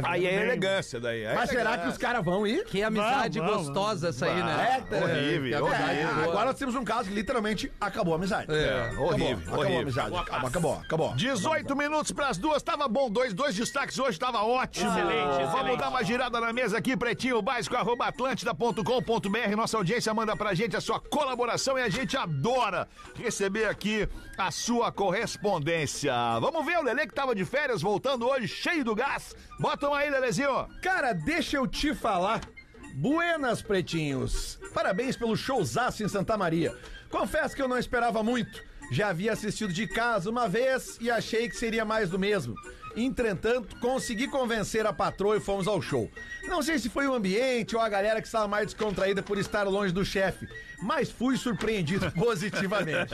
Speaker 12: Aí é elegância daí. Aí
Speaker 6: Mas
Speaker 12: é
Speaker 6: será que os caras vão ir?
Speaker 7: Que amizade
Speaker 8: Vamos, vamos,
Speaker 7: gostosa essa aí, né?
Speaker 5: horrível,
Speaker 7: Que amizade
Speaker 6: É,
Speaker 7: boa.
Speaker 6: agora nós temos um caso que literalmente acabou a amizade.
Speaker 7: É,
Speaker 6: Acabou,
Speaker 5: horrível,
Speaker 6: Acabou
Speaker 5: horrível.
Speaker 6: a amizade. Acabou, acabou, acabou.
Speaker 5: 18 minutos pras duas, tava bom, dois, dois destaques hoje, tava ótimo.
Speaker 9: Excelente,
Speaker 5: Vamos
Speaker 9: excelente.
Speaker 5: dar uma girada na mesa aqui, pretinho básico, arroba atlântida.com.br. Nossa audiência manda pra gente a sua colaboração e a gente adora receber aqui a sua correspondência. Vamos ver o Lele que tava de férias, voltando hoje, cheio do gás. Botam aí, Lelezinho.
Speaker 6: Cara, deixa eu te falar. Buenas, pretinhos. Parabéns pelo showzaço em Santa Maria. Confesso que eu não esperava muito. Já havia assistido de casa uma vez e achei que seria mais do mesmo. Entretanto, consegui convencer a patroa e fomos ao show. Não sei se foi o ambiente ou a galera que estava mais descontraída por estar longe do chefe, mas fui surpreendido positivamente.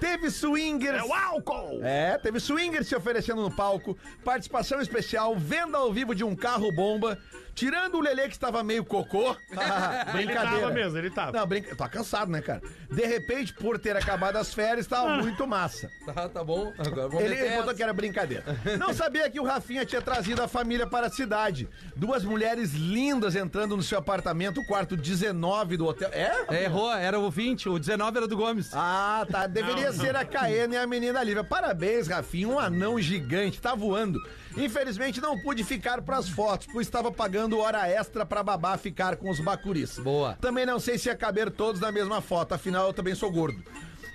Speaker 6: Teve swingers.
Speaker 5: É o álcool!
Speaker 6: É, teve swinger se oferecendo no palco, participação especial, venda ao vivo de um carro bomba, tirando o Lelê que estava meio cocô. Ah,
Speaker 9: É, Ele
Speaker 6: brincadeira.
Speaker 9: tava mesmo, ele tava.
Speaker 6: Não, brinca... tá cansado, né, cara? De repente, por ter acabado as férias, tava
Speaker 9: Ah.
Speaker 6: muito massa.
Speaker 7: Tá, tá bom. Agora vamos
Speaker 6: Ele
Speaker 7: meter
Speaker 6: contou
Speaker 7: essa.
Speaker 6: que era brincadeira. Não sabia que o Rafinha tinha trazido a família para a cidade. Duas mulheres lindas entrando no seu apartamento, quarto 19 do hotel. É?
Speaker 7: É, Errou, era o 20, o 19 era do Gomes.
Speaker 6: Ah, tá. Deveria ser a Caena e a menina Lívia. Parabéns, Rafinha. Um anão gigante, tá voando. Infelizmente não pude ficar pras fotos, pois estava pagando hora extra pra babá ficar com os bacuris.
Speaker 7: Boa.
Speaker 6: Também não sei se ia caber todos na mesma foto, afinal eu também sou gordo.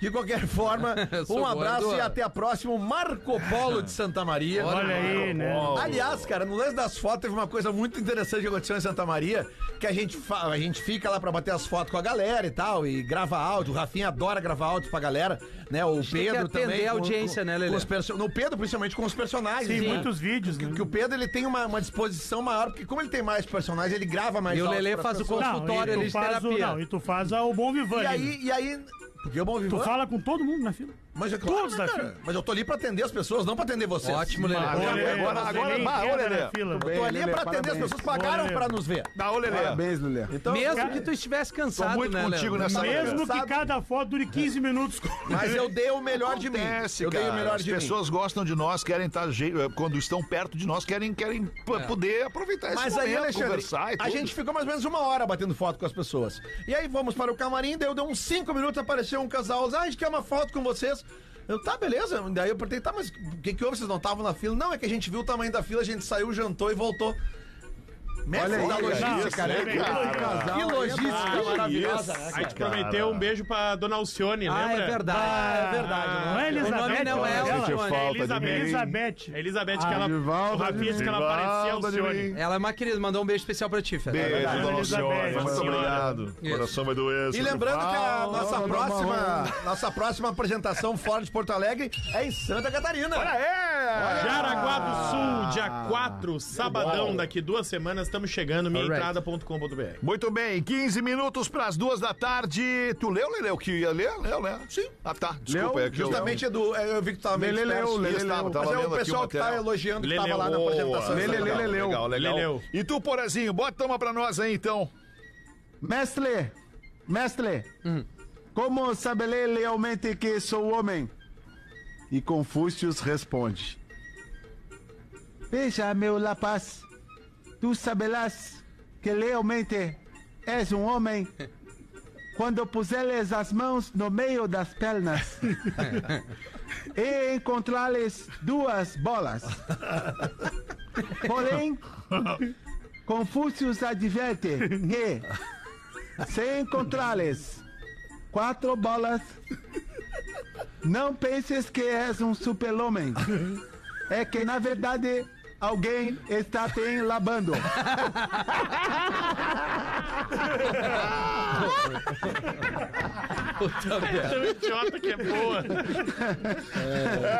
Speaker 6: De qualquer forma,
Speaker 7: Sou
Speaker 6: um abraço
Speaker 7: gordo.
Speaker 6: e até a próxima. Marco Polo de Santa Maria.
Speaker 8: Olha aí, né?
Speaker 6: Aliás, cara, no lance das fotos teve uma coisa muito interessante que aconteceu em Santa Maria, que a gente, fa- a gente fica lá pra bater as fotos com a galera e tal, e grava áudio. O Rafinha adora gravar áudio pra galera, né? O
Speaker 7: tem que
Speaker 6: Pedro
Speaker 7: atender
Speaker 6: também.
Speaker 7: a audiência, né, Lelê?
Speaker 6: com os perso- No Pedro, principalmente com os personagens.
Speaker 8: Tem
Speaker 6: né?
Speaker 8: muitos vídeos, né?
Speaker 6: Que o Pedro ele tem uma, uma disposição maior, porque como ele tem mais personagens, ele grava mais
Speaker 7: E o
Speaker 6: áudio
Speaker 7: Lelê
Speaker 6: pras
Speaker 7: faz o
Speaker 6: pessoas.
Speaker 8: Não,
Speaker 7: consultório
Speaker 8: e tu
Speaker 7: ali de
Speaker 8: faz o-
Speaker 7: terapia.
Speaker 8: Não, e tu faz a- o bom vivan.
Speaker 6: E
Speaker 8: né?
Speaker 6: aí, e aí. Porque eu bom
Speaker 8: Tu
Speaker 6: vivo.
Speaker 8: fala com todo mundo na fila.
Speaker 6: Mas é
Speaker 8: todos da
Speaker 6: cara.
Speaker 8: fila.
Speaker 6: Mas eu tô ali pra atender as pessoas, não pra atender vocês.
Speaker 7: Ótimo, Lelê.
Speaker 5: Agora,
Speaker 8: Olha,
Speaker 5: agora,
Speaker 8: você
Speaker 5: agora,
Speaker 8: nem
Speaker 5: bah,
Speaker 8: entra
Speaker 5: olha,
Speaker 8: na
Speaker 5: Lelê.
Speaker 8: fila.
Speaker 6: Eu tô ali
Speaker 10: Lelê,
Speaker 6: pra atender, as
Speaker 10: parabéns.
Speaker 6: pessoas pagaram
Speaker 8: Lelê.
Speaker 6: pra nos ver.
Speaker 5: Dá Tá, ô, Lelê.
Speaker 10: Parabéns, Lelê.
Speaker 6: Então,
Speaker 7: Mesmo
Speaker 6: cara,
Speaker 7: que tu estivesse cansado,
Speaker 5: muito
Speaker 7: né,
Speaker 5: contigo nessa
Speaker 8: Mesmo
Speaker 5: Sabe- é
Speaker 8: que cada foto dure 15 minutos.
Speaker 6: Mas eu dei o melhor de mim.
Speaker 5: Acontece,
Speaker 6: Eu dei
Speaker 5: cara.
Speaker 6: o melhor
Speaker 5: As
Speaker 6: de mim.
Speaker 5: pessoas gostam de nós, querem estar je- quando estão perto de nós, querem querem p- poder aproveitar esse
Speaker 6: É. Mas
Speaker 5: momento,
Speaker 6: aí, Alexandre,
Speaker 5: conversar e tudo.
Speaker 6: a gente ficou mais ou menos uma hora batendo foto com as pessoas. E aí vamos para o camarim, daí eu dei uns cinco minutos, apareceu um casal, ah, a gente quer uma foto com vocês. Eu, tá, beleza. Daí eu perguntei, tá, mas o que, que houve? Vocês não estavam na fila? Não, é que a gente viu o tamanho da fila, a gente saiu, jantou e voltou. Merda
Speaker 9: aí,
Speaker 6: da logística,
Speaker 9: isso,
Speaker 8: é
Speaker 6: cara.
Speaker 10: é
Speaker 8: né?
Speaker 9: hein,
Speaker 6: Que
Speaker 9: cara?
Speaker 5: é
Speaker 6: logística, Que logística
Speaker 9: Ah,
Speaker 6: maravilhosa,
Speaker 9: isso.
Speaker 6: né,
Speaker 9: A
Speaker 6: cara?
Speaker 9: gente prometeu um beijo pra dona Alcione,
Speaker 7: Ah,
Speaker 9: lembra?
Speaker 7: é verdade. Ah, é verdade.
Speaker 8: Não
Speaker 7: o
Speaker 8: é
Speaker 7: nome
Speaker 8: Elizabeth?
Speaker 7: não é
Speaker 8: Sente
Speaker 7: Alcione.
Speaker 8: falta
Speaker 7: É
Speaker 8: de mim. Elizabeth.
Speaker 9: É Elizabeth,
Speaker 6: Ah,
Speaker 9: que ela.
Speaker 10: Divaldo
Speaker 9: o Rafinha disse que ela parecia
Speaker 12: Divaldo de
Speaker 9: Alcione.
Speaker 12: mim.
Speaker 7: Ela é uma querida, mandou um beijo especial pra ti, Fer.
Speaker 5: É,
Speaker 12: Beijo,
Speaker 8: verdade.
Speaker 12: dona
Speaker 8: Elizabeth.
Speaker 12: Alcione. Muito
Speaker 9: Senhora.
Speaker 12: obrigado.
Speaker 7: Isso.
Speaker 12: Coração vai doer.
Speaker 6: E
Speaker 12: sobre
Speaker 6: lembrando que a
Speaker 12: pau.
Speaker 6: nossa próxima, nossa próxima apresentação fora de Porto Alegre é em Santa Catarina.
Speaker 12: Olha aí!
Speaker 9: Jaraguá
Speaker 6: Ah.
Speaker 9: do Sul, dia 4, sabadão, daqui duas semanas, estamos chegando, minhaentrada.com.br.
Speaker 5: Muito bem, 15 minutos para as duas da tarde. Tu leu, Leleu, que ia ler? Leu, né? Sim. Ah, tá. Desculpa,
Speaker 10: Leu,
Speaker 5: é que eu-
Speaker 6: Justamente, Edu, eu vi que tu tava meio
Speaker 10: Leleu,
Speaker 6: disperso.
Speaker 10: leleu,
Speaker 6: Isso, tava,
Speaker 5: leleu.
Speaker 6: Mas é o
Speaker 5: Tava lendo aqui o
Speaker 6: pessoal que tá
Speaker 5: material.
Speaker 6: elogiando que tava lá na
Speaker 9: Leleu.
Speaker 6: apresentação.
Speaker 10: Leleu,
Speaker 6: Legal.
Speaker 10: leleu.
Speaker 5: Legal, legal.
Speaker 9: Leleu.
Speaker 5: E tu, Porazinho, bota uma pra nós aí, então.
Speaker 10: Mestre, mestre, como saberei realmente que sou homem? E Confúcio responde: Veja, meu rapaz, tu saberás que realmente és um homem quando puseres as mãos no meio das pernas e encontrares duas bolas. Porém, Confúcio adverte que se encontrares quatro bolas, não penses que és um super-homem. É que, na verdade, alguém está te enlabando.
Speaker 9: Tão idiota que é boa.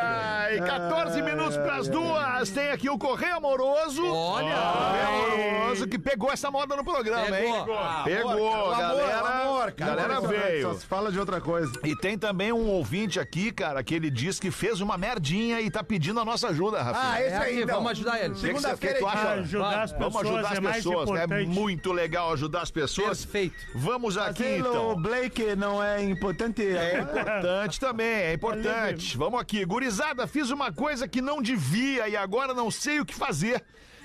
Speaker 5: Ai, 14 minutos para as duas. Tem aqui o Correio Amoroso. Ah,
Speaker 7: Olha!
Speaker 5: Correio Amoroso que pegou essa moda no programa, hein?
Speaker 7: Pegou. Ah,
Speaker 5: Pegou, galera. galera veio.
Speaker 10: Só se fala de outra coisa.
Speaker 5: E tem também um ouvinte aqui, cara, que ele diz que fez uma merdinha e tá pedindo a nossa ajuda, Rafinha.
Speaker 6: Ah, esse
Speaker 7: É
Speaker 6: aí,
Speaker 7: aqui,
Speaker 6: então.
Speaker 7: vamos ajudar ele.
Speaker 5: Que que cê- que que
Speaker 6: Segunda-feira
Speaker 5: tu acha?
Speaker 8: Ajudar as
Speaker 5: Vamos
Speaker 8: pessoas
Speaker 5: ajudar as
Speaker 8: é mais
Speaker 5: pessoas, né? É
Speaker 8: importante.
Speaker 5: muito legal ajudar as pessoas.
Speaker 7: Perfeito.
Speaker 5: Vamos aqui,
Speaker 10: Aquilo,
Speaker 5: então.
Speaker 10: Blake, não é
Speaker 5: É
Speaker 10: importante.
Speaker 5: importante também, é importante. Vamos aqui. Gurizada, fiz uma coisa que não devia e agora não sei o que fazer.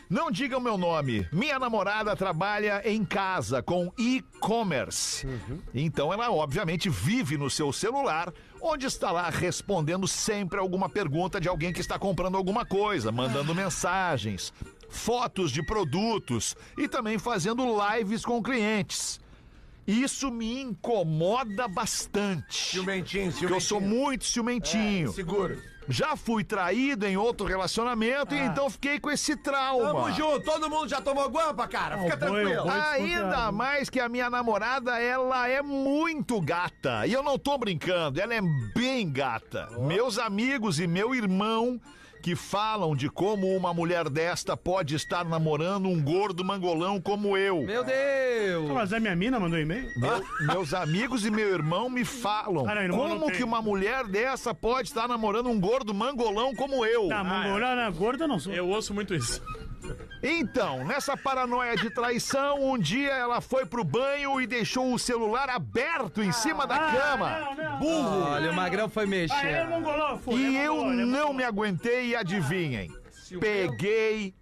Speaker 5: Não digam meu nome. Minha namorada trabalha em casa com e-commerce. Então ela, obviamente, vive no seu celular, onde está lá respondendo sempre alguma pergunta de alguém que está comprando alguma coisa, mandando mensagens, fotos de produtos e também fazendo lives com clientes. Isso me incomoda bastante.
Speaker 6: Ciumentinho,
Speaker 5: Porque eu sou
Speaker 6: ciumentinho. É,
Speaker 5: muito ciumentinho.
Speaker 6: Seguro. Ah.
Speaker 5: Já fui traído em outro relacionamento e então fiquei com esse trauma.
Speaker 6: Tamo junto, todo mundo já tomou guampa, cara. Fica
Speaker 8: o boi,
Speaker 6: tranquilo.
Speaker 8: o boi.
Speaker 5: Ainda
Speaker 8: Escuta.
Speaker 5: mais que a minha namorada, ela é muito gata. E eu não tô brincando, ela é bem gata. Meus amigos e meu irmão que falam de como uma mulher desta pode estar namorando um gordo mangolão como eu.
Speaker 7: Meu Deus!
Speaker 8: Mas a minha mina mandou e-mail?
Speaker 5: Meu- meus amigos e meu irmão me falam
Speaker 8: Ah, não, irmão não
Speaker 5: como
Speaker 8: tem.
Speaker 5: que uma mulher dessa pode estar namorando um gordo mangolão como eu. Ah, é.
Speaker 8: Tá, mangolana gorda eu não sou.
Speaker 9: Eu ouço muito isso.
Speaker 5: Então, nessa paranoia de traição, um dia ela foi pro banho e deixou o celular aberto em cima da
Speaker 8: Ah,
Speaker 5: cama.
Speaker 8: Burro.
Speaker 7: Olha, o Magrão foi
Speaker 8: Ah, é
Speaker 7: mexer.
Speaker 8: mongolão, foi.
Speaker 5: E
Speaker 8: é
Speaker 5: eu
Speaker 8: mongolão, é
Speaker 5: não
Speaker 8: mongolão.
Speaker 5: me aguentei e adivinhem. Peguei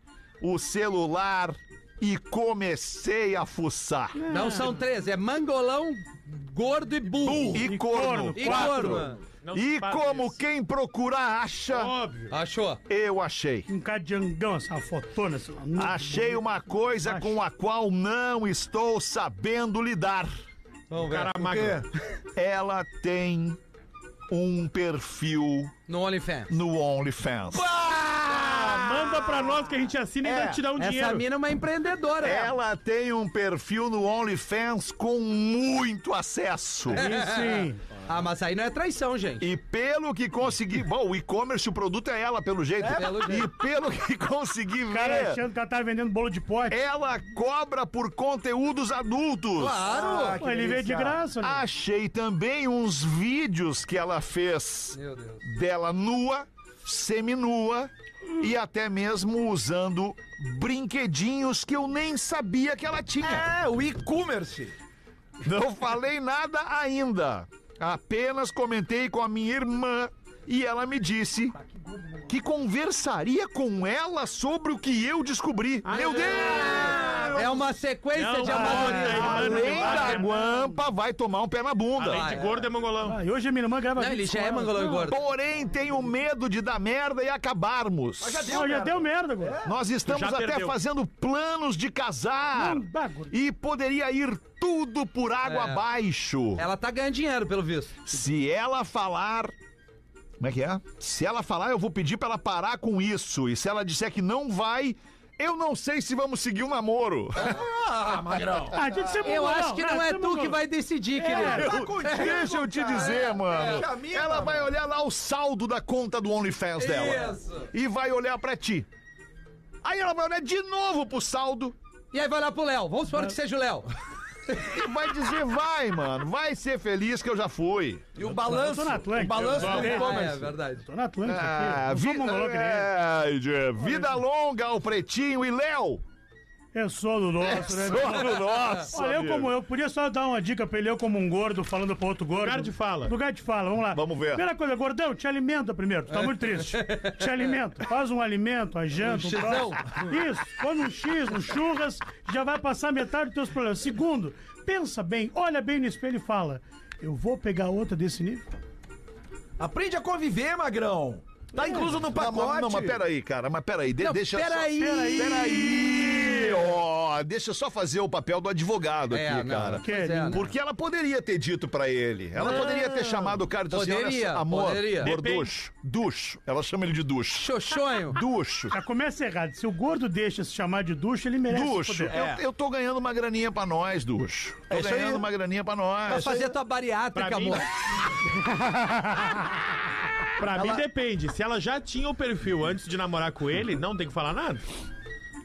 Speaker 5: o celular e comecei a fuçar.
Speaker 7: Não são três, é mangolão, gordo e burro.
Speaker 5: E corno.
Speaker 7: E corno.
Speaker 9: Não se
Speaker 5: E
Speaker 9: faz
Speaker 5: como
Speaker 9: isso.
Speaker 5: quem procura acha,
Speaker 9: Óbvio.
Speaker 7: Achou?
Speaker 5: eu achei.
Speaker 8: Um cadiangão, essa fotona. Essa...
Speaker 5: Achei uma coisa com a qual não estou sabendo lidar.
Speaker 7: Vamos ver.
Speaker 9: Cara magra.
Speaker 5: Ela tem um perfil
Speaker 7: No OnlyFans.
Speaker 5: no OnlyFans.
Speaker 9: Manda pra nós que a gente assina e vai te dar um
Speaker 7: Essa
Speaker 9: dinheiro.
Speaker 7: mina é uma empreendedora.
Speaker 5: Ela tem um perfil no OnlyFans com muito acesso.
Speaker 8: Sim.
Speaker 7: Ah, mas aí não é traição, gente.
Speaker 5: E pelo que consegui. Bom, o e-commerce, o produto é ela, pelo jeito.
Speaker 7: pelo jeito.
Speaker 5: E pelo que consegui
Speaker 8: O cara
Speaker 5: ver,
Speaker 8: achando que ela tava vendendo bolo de pote.
Speaker 5: ela cobra por conteúdos adultos.
Speaker 7: Claro!
Speaker 8: Pô, ele veio de graça, né?
Speaker 5: Ah, Achei também uns vídeos que ela fez
Speaker 7: Meu Deus.
Speaker 5: dela nua, seminua e até mesmo usando brinquedinhos que eu nem sabia que ela
Speaker 7: Ah.
Speaker 5: tinha.
Speaker 6: É, o e-commerce.
Speaker 5: Não falei nada ainda. Apenas comentei com a minha irmã e ela me disse
Speaker 7: Ah, né, Ah,
Speaker 5: que conversaria com ela sobre o que eu descobri. Meu Deus! Não,
Speaker 7: é uma sequência
Speaker 5: Não,
Speaker 7: de
Speaker 5: vai, vai,
Speaker 7: amadorismo.
Speaker 5: Além da guampa, vai tomar um pé na bunda.
Speaker 7: Ah, Além de gordo,
Speaker 9: é mangolão.
Speaker 8: Ah, e hoje a minha irmã grava
Speaker 7: Não, ele
Speaker 8: vídeo
Speaker 7: já
Speaker 8: com
Speaker 7: é
Speaker 8: ela.
Speaker 7: mangolão e
Speaker 8: Não.
Speaker 7: gordo.
Speaker 5: Porém, tenho medo de dar merda e acabarmos.
Speaker 8: Mas já deu,
Speaker 7: é
Speaker 8: já deu merda agora.
Speaker 5: Nós estamos
Speaker 9: Já
Speaker 5: até
Speaker 9: perdeu.
Speaker 5: fazendo planos de casar.
Speaker 8: Não, bagulho.
Speaker 5: e poderia ir tudo por água
Speaker 7: É.
Speaker 5: abaixo.
Speaker 7: Ela tá ganhando dinheiro, pelo visto.
Speaker 5: Se ela falar. Como é que é? Se ela falar, eu vou pedir pra ela parar com isso. E se ela disser que não vai, eu não sei se vamos seguir o namoro.
Speaker 8: Ah, tinha de ser
Speaker 7: Eu
Speaker 8: mongolão,
Speaker 7: acho que
Speaker 8: né?
Speaker 7: não é
Speaker 8: Ser
Speaker 7: tu que
Speaker 8: mongolão.
Speaker 7: vai decidir,
Speaker 5: Eu- É,
Speaker 7: querido.
Speaker 5: deixa eu te dizer,
Speaker 7: É,
Speaker 5: mano.
Speaker 13: deixa a minha,
Speaker 5: ela
Speaker 13: mano.
Speaker 5: vai olhar lá o saldo da conta do OnlyFans dela.
Speaker 7: Isso.
Speaker 5: E vai olhar pra ti. Aí ela vai olhar de novo pro saldo
Speaker 7: E aí vai lá pro Léo. Vamos supor que seja o Léo.
Speaker 5: e vai dizer: vai, mano, vai ser feliz que eu já fui.
Speaker 13: E o balanço.
Speaker 8: Eu tô na Atlântica.
Speaker 13: O balanço
Speaker 8: Eu
Speaker 13: do
Speaker 8: tô na
Speaker 7: Ah,
Speaker 13: e-commerce.
Speaker 7: é verdade.
Speaker 8: Tô na Atlântica
Speaker 5: Ah,
Speaker 8: aqui. Eu sou
Speaker 5: vi-
Speaker 8: mongolão que nem ele.
Speaker 5: é, de- vida longa ao Pretinho e Léo.
Speaker 8: Eu sou É do nosso,
Speaker 5: É
Speaker 8: né?
Speaker 5: Sono nosso.
Speaker 8: Olha, eu
Speaker 5: amigo.
Speaker 8: como é eu, podia só dar uma dica pra ele, eu como um gordo, falando pra outro gordo.
Speaker 9: Lugar de fala.
Speaker 8: Lugar de fala, vamos lá.
Speaker 5: Vamos ver.
Speaker 8: Primeira coisa, gordão, te alimenta primeiro, tu tá muito triste. Te alimenta, faz um alimento, a janta, um,
Speaker 7: xizão.
Speaker 8: troço. Isso, come um X, um churras, já vai passar metade dos teus problemas. Segundo, pensa bem, olha bem no espelho e fala, eu vou pegar outra desse nível?
Speaker 13: Aprende a conviver, magrão.
Speaker 8: É.
Speaker 13: Tá incluso no
Speaker 5: Não,
Speaker 13: pacote.
Speaker 5: mas, não, mas peraí, cara, mas peraí. De,
Speaker 7: Não,
Speaker 5: deixa
Speaker 7: peraí.
Speaker 5: Só, peraí. Peraí. Ó, deixa eu só fazer o papel do advogado
Speaker 7: É,
Speaker 5: aqui,
Speaker 7: não,
Speaker 5: cara.
Speaker 8: Que é,
Speaker 7: não.
Speaker 5: Porque ela poderia ter dito pra ele. Ela poderia ter chamado o cara e disse assim, olha,
Speaker 7: Poderia,
Speaker 5: amor,
Speaker 7: poderia.
Speaker 5: gorducho, ducho. Ela chama ele de ducho.
Speaker 7: Xoxonho.
Speaker 5: Ducho.
Speaker 8: Já começa errado, se o gordo deixa se chamar de ducha, ele merece
Speaker 5: Ducho,
Speaker 8: poder.
Speaker 5: eu, eu tô ganhando uma graninha pra nós, Ducho. Tô
Speaker 13: É isso aí.
Speaker 5: ganhando uma graninha pra
Speaker 7: Vai
Speaker 5: nós.
Speaker 7: fazer a tua bariátrica,
Speaker 9: Pra mim-
Speaker 7: amor.
Speaker 9: Pra mim depende. Se ela já tinha o perfil antes de namorar com ele, não tem que falar nada.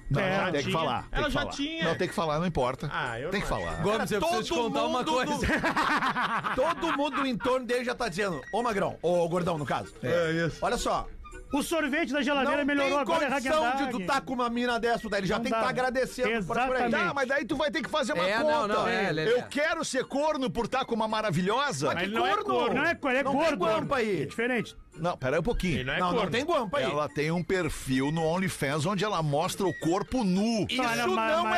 Speaker 5: Não,
Speaker 9: É,
Speaker 5: não,
Speaker 9: ela
Speaker 5: tem que
Speaker 9: tinha.
Speaker 5: falar. tem
Speaker 9: Ela
Speaker 5: que
Speaker 9: já
Speaker 5: falar.
Speaker 9: tinha.
Speaker 5: Não, tem que falar, não importa.
Speaker 9: Ah, eu
Speaker 5: tem
Speaker 9: não
Speaker 5: que falar.
Speaker 7: Gomes, eu preciso te
Speaker 13: todo
Speaker 7: contar uma
Speaker 13: mundo
Speaker 7: coisa.
Speaker 13: do- Todo mundo no entorno dele já tá dizendo, ô magrão, ô gordão, no caso.
Speaker 9: É isso.
Speaker 13: Olha só,
Speaker 8: O sorvete da geladeira
Speaker 13: não
Speaker 8: melhorou
Speaker 13: tem
Speaker 8: agora, é
Speaker 13: condição de
Speaker 8: Häagen-Dazs.
Speaker 13: tu tá com uma mina dessa, daí ele já
Speaker 8: Não
Speaker 13: tem
Speaker 8: dá.
Speaker 13: que tá agradecendo por- por aí.
Speaker 8: Exatamente.
Speaker 5: Tá, mas daí tu vai ter que fazer uma
Speaker 7: É,
Speaker 5: conta.
Speaker 7: não, não, é, Lelé.
Speaker 5: eu quero ser corno por estar com uma maravilhosa.
Speaker 9: Mas ele não é corno.
Speaker 8: Não é, ele é
Speaker 13: Não tem
Speaker 8: gordo.
Speaker 13: guampa aí.
Speaker 8: É diferente.
Speaker 5: Não, pera aí um pouquinho.
Speaker 9: Ele não é
Speaker 13: Não,
Speaker 9: corno.
Speaker 13: não tem guampa aí.
Speaker 5: Ela tem um perfil no OnlyFans onde ela mostra o corpo nu.
Speaker 13: Isso não é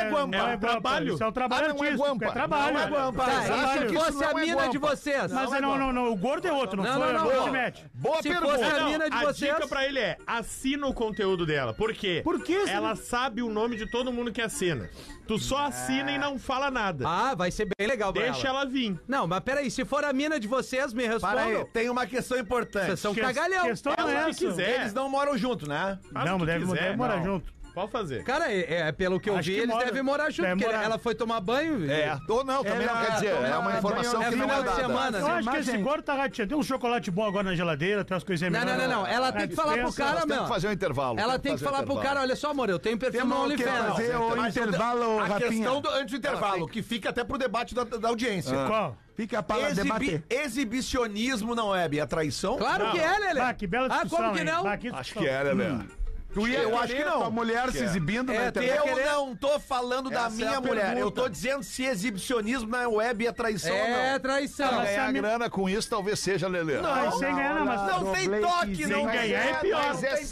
Speaker 13: guampa.
Speaker 9: É um trabalho.
Speaker 8: Isso é um trabalho
Speaker 5: Ah, não é
Speaker 8: artístico.
Speaker 5: guampa.
Speaker 8: É trabalho.
Speaker 13: Não é guampa.
Speaker 8: É
Speaker 7: Tá,
Speaker 13: Mas
Speaker 8: trabalho.
Speaker 7: e se fosse
Speaker 5: não
Speaker 7: a
Speaker 5: é
Speaker 7: mina de
Speaker 5: guampa.
Speaker 7: vocês?
Speaker 8: Mas não, não, não, O gordo é outro, não,
Speaker 7: Não,
Speaker 8: foi
Speaker 7: não, não,
Speaker 8: não,
Speaker 7: não.
Speaker 8: se mete.
Speaker 5: Boa
Speaker 7: Se
Speaker 5: pergunta.
Speaker 7: fosse a
Speaker 9: Não,
Speaker 7: mina de
Speaker 9: a
Speaker 7: vocês.
Speaker 9: dica pra ele é, assina o conteúdo dela. Por quê?
Speaker 8: Por quê, senhor?
Speaker 9: Ela sabe o nome de todo mundo que assina. Tu só assina e não fala nada.
Speaker 7: Ah, vai ser bem legal pra
Speaker 9: Deixa ela vir.
Speaker 7: Não, mas peraí, se for a mina de vocês, me
Speaker 13: Para aí,
Speaker 7: respondam.
Speaker 13: tem uma questão
Speaker 7: Vocês
Speaker 13: importante.
Speaker 7: são
Speaker 8: Que-
Speaker 7: cagalhão.
Speaker 8: questão não
Speaker 9: Ela
Speaker 8: é
Speaker 9: que
Speaker 8: essa.
Speaker 9: quiser.
Speaker 13: Eles não moram junto, né?
Speaker 9: Faz
Speaker 8: Não,
Speaker 9: o que
Speaker 8: deve-
Speaker 9: quiser.
Speaker 8: deve morar
Speaker 9: Não.
Speaker 8: junto.
Speaker 9: Pode fazer.
Speaker 7: Cara, é, é, pelo que eu
Speaker 8: Acho
Speaker 7: vi,
Speaker 8: que
Speaker 7: eles
Speaker 8: mora.
Speaker 7: devem morar junto,
Speaker 8: Deve
Speaker 7: porque
Speaker 8: morar.
Speaker 7: ela foi tomar banho.
Speaker 5: É, ou não, também não quer dizer. É uma informação
Speaker 7: É
Speaker 5: que não
Speaker 7: final
Speaker 5: é
Speaker 7: de
Speaker 5: dada.
Speaker 7: semana,
Speaker 8: Eu
Speaker 7: né?
Speaker 8: acho que esse gordo tá rateando. Tem um chocolate bom agora na geladeira, tem umas coisinhas
Speaker 7: Não, não,
Speaker 8: melhores.
Speaker 7: não, não. Ela tem que falar pro
Speaker 8: dispensa.
Speaker 7: cara,
Speaker 5: Nós temos
Speaker 7: meu.
Speaker 5: que fazer um intervalo.
Speaker 7: Ela
Speaker 5: Temos
Speaker 7: tem que falar pro
Speaker 5: intervalo.
Speaker 7: cara, olha só, amor, eu tenho perfil no
Speaker 10: Temos que
Speaker 7: OnlyFans.
Speaker 10: fazer o intervalo,
Speaker 13: a questão
Speaker 10: Rafinha.
Speaker 13: do, antes do intervalo, que fica até pro debate da, da audiência.
Speaker 8: Qual?
Speaker 10: Fica para
Speaker 13: Exibi-
Speaker 10: Ah, debater.
Speaker 13: Exibicionismo na web é traição?
Speaker 7: Claro que é, Lelê.
Speaker 8: Ah, que bela
Speaker 7: Ah,
Speaker 8: discussão.
Speaker 7: como que
Speaker 8: hein?
Speaker 7: não?
Speaker 8: Bah, que
Speaker 5: Acho
Speaker 8: discussão.
Speaker 5: que era, né?
Speaker 7: Hum.
Speaker 10: Tu ia
Speaker 13: Eu acho que
Speaker 10: querer
Speaker 13: não.
Speaker 10: tua mulher se exibindo na
Speaker 7: É,
Speaker 10: internet.
Speaker 13: Eu
Speaker 7: querer-
Speaker 13: não tô falando da
Speaker 5: Essa é
Speaker 13: minha
Speaker 5: a
Speaker 13: mulher.
Speaker 5: pergunta.
Speaker 13: Eu tô dizendo se exibicionismo na web é traição
Speaker 7: É
Speaker 13: ou
Speaker 7: traição.
Speaker 8: Não,
Speaker 5: Ganhar
Speaker 8: Essa mina-
Speaker 5: grana com isso talvez seja, Lelê. é
Speaker 13: não.
Speaker 8: Mas sem ganhar, não, mas...
Speaker 13: Não,
Speaker 10: Não,
Speaker 13: tem
Speaker 10: Blake,
Speaker 13: toque,
Speaker 10: sem
Speaker 13: não.
Speaker 8: ganhar é
Speaker 5: pior.
Speaker 13: não
Speaker 5: Mas é
Speaker 13: tem toque pra
Speaker 5: sexo,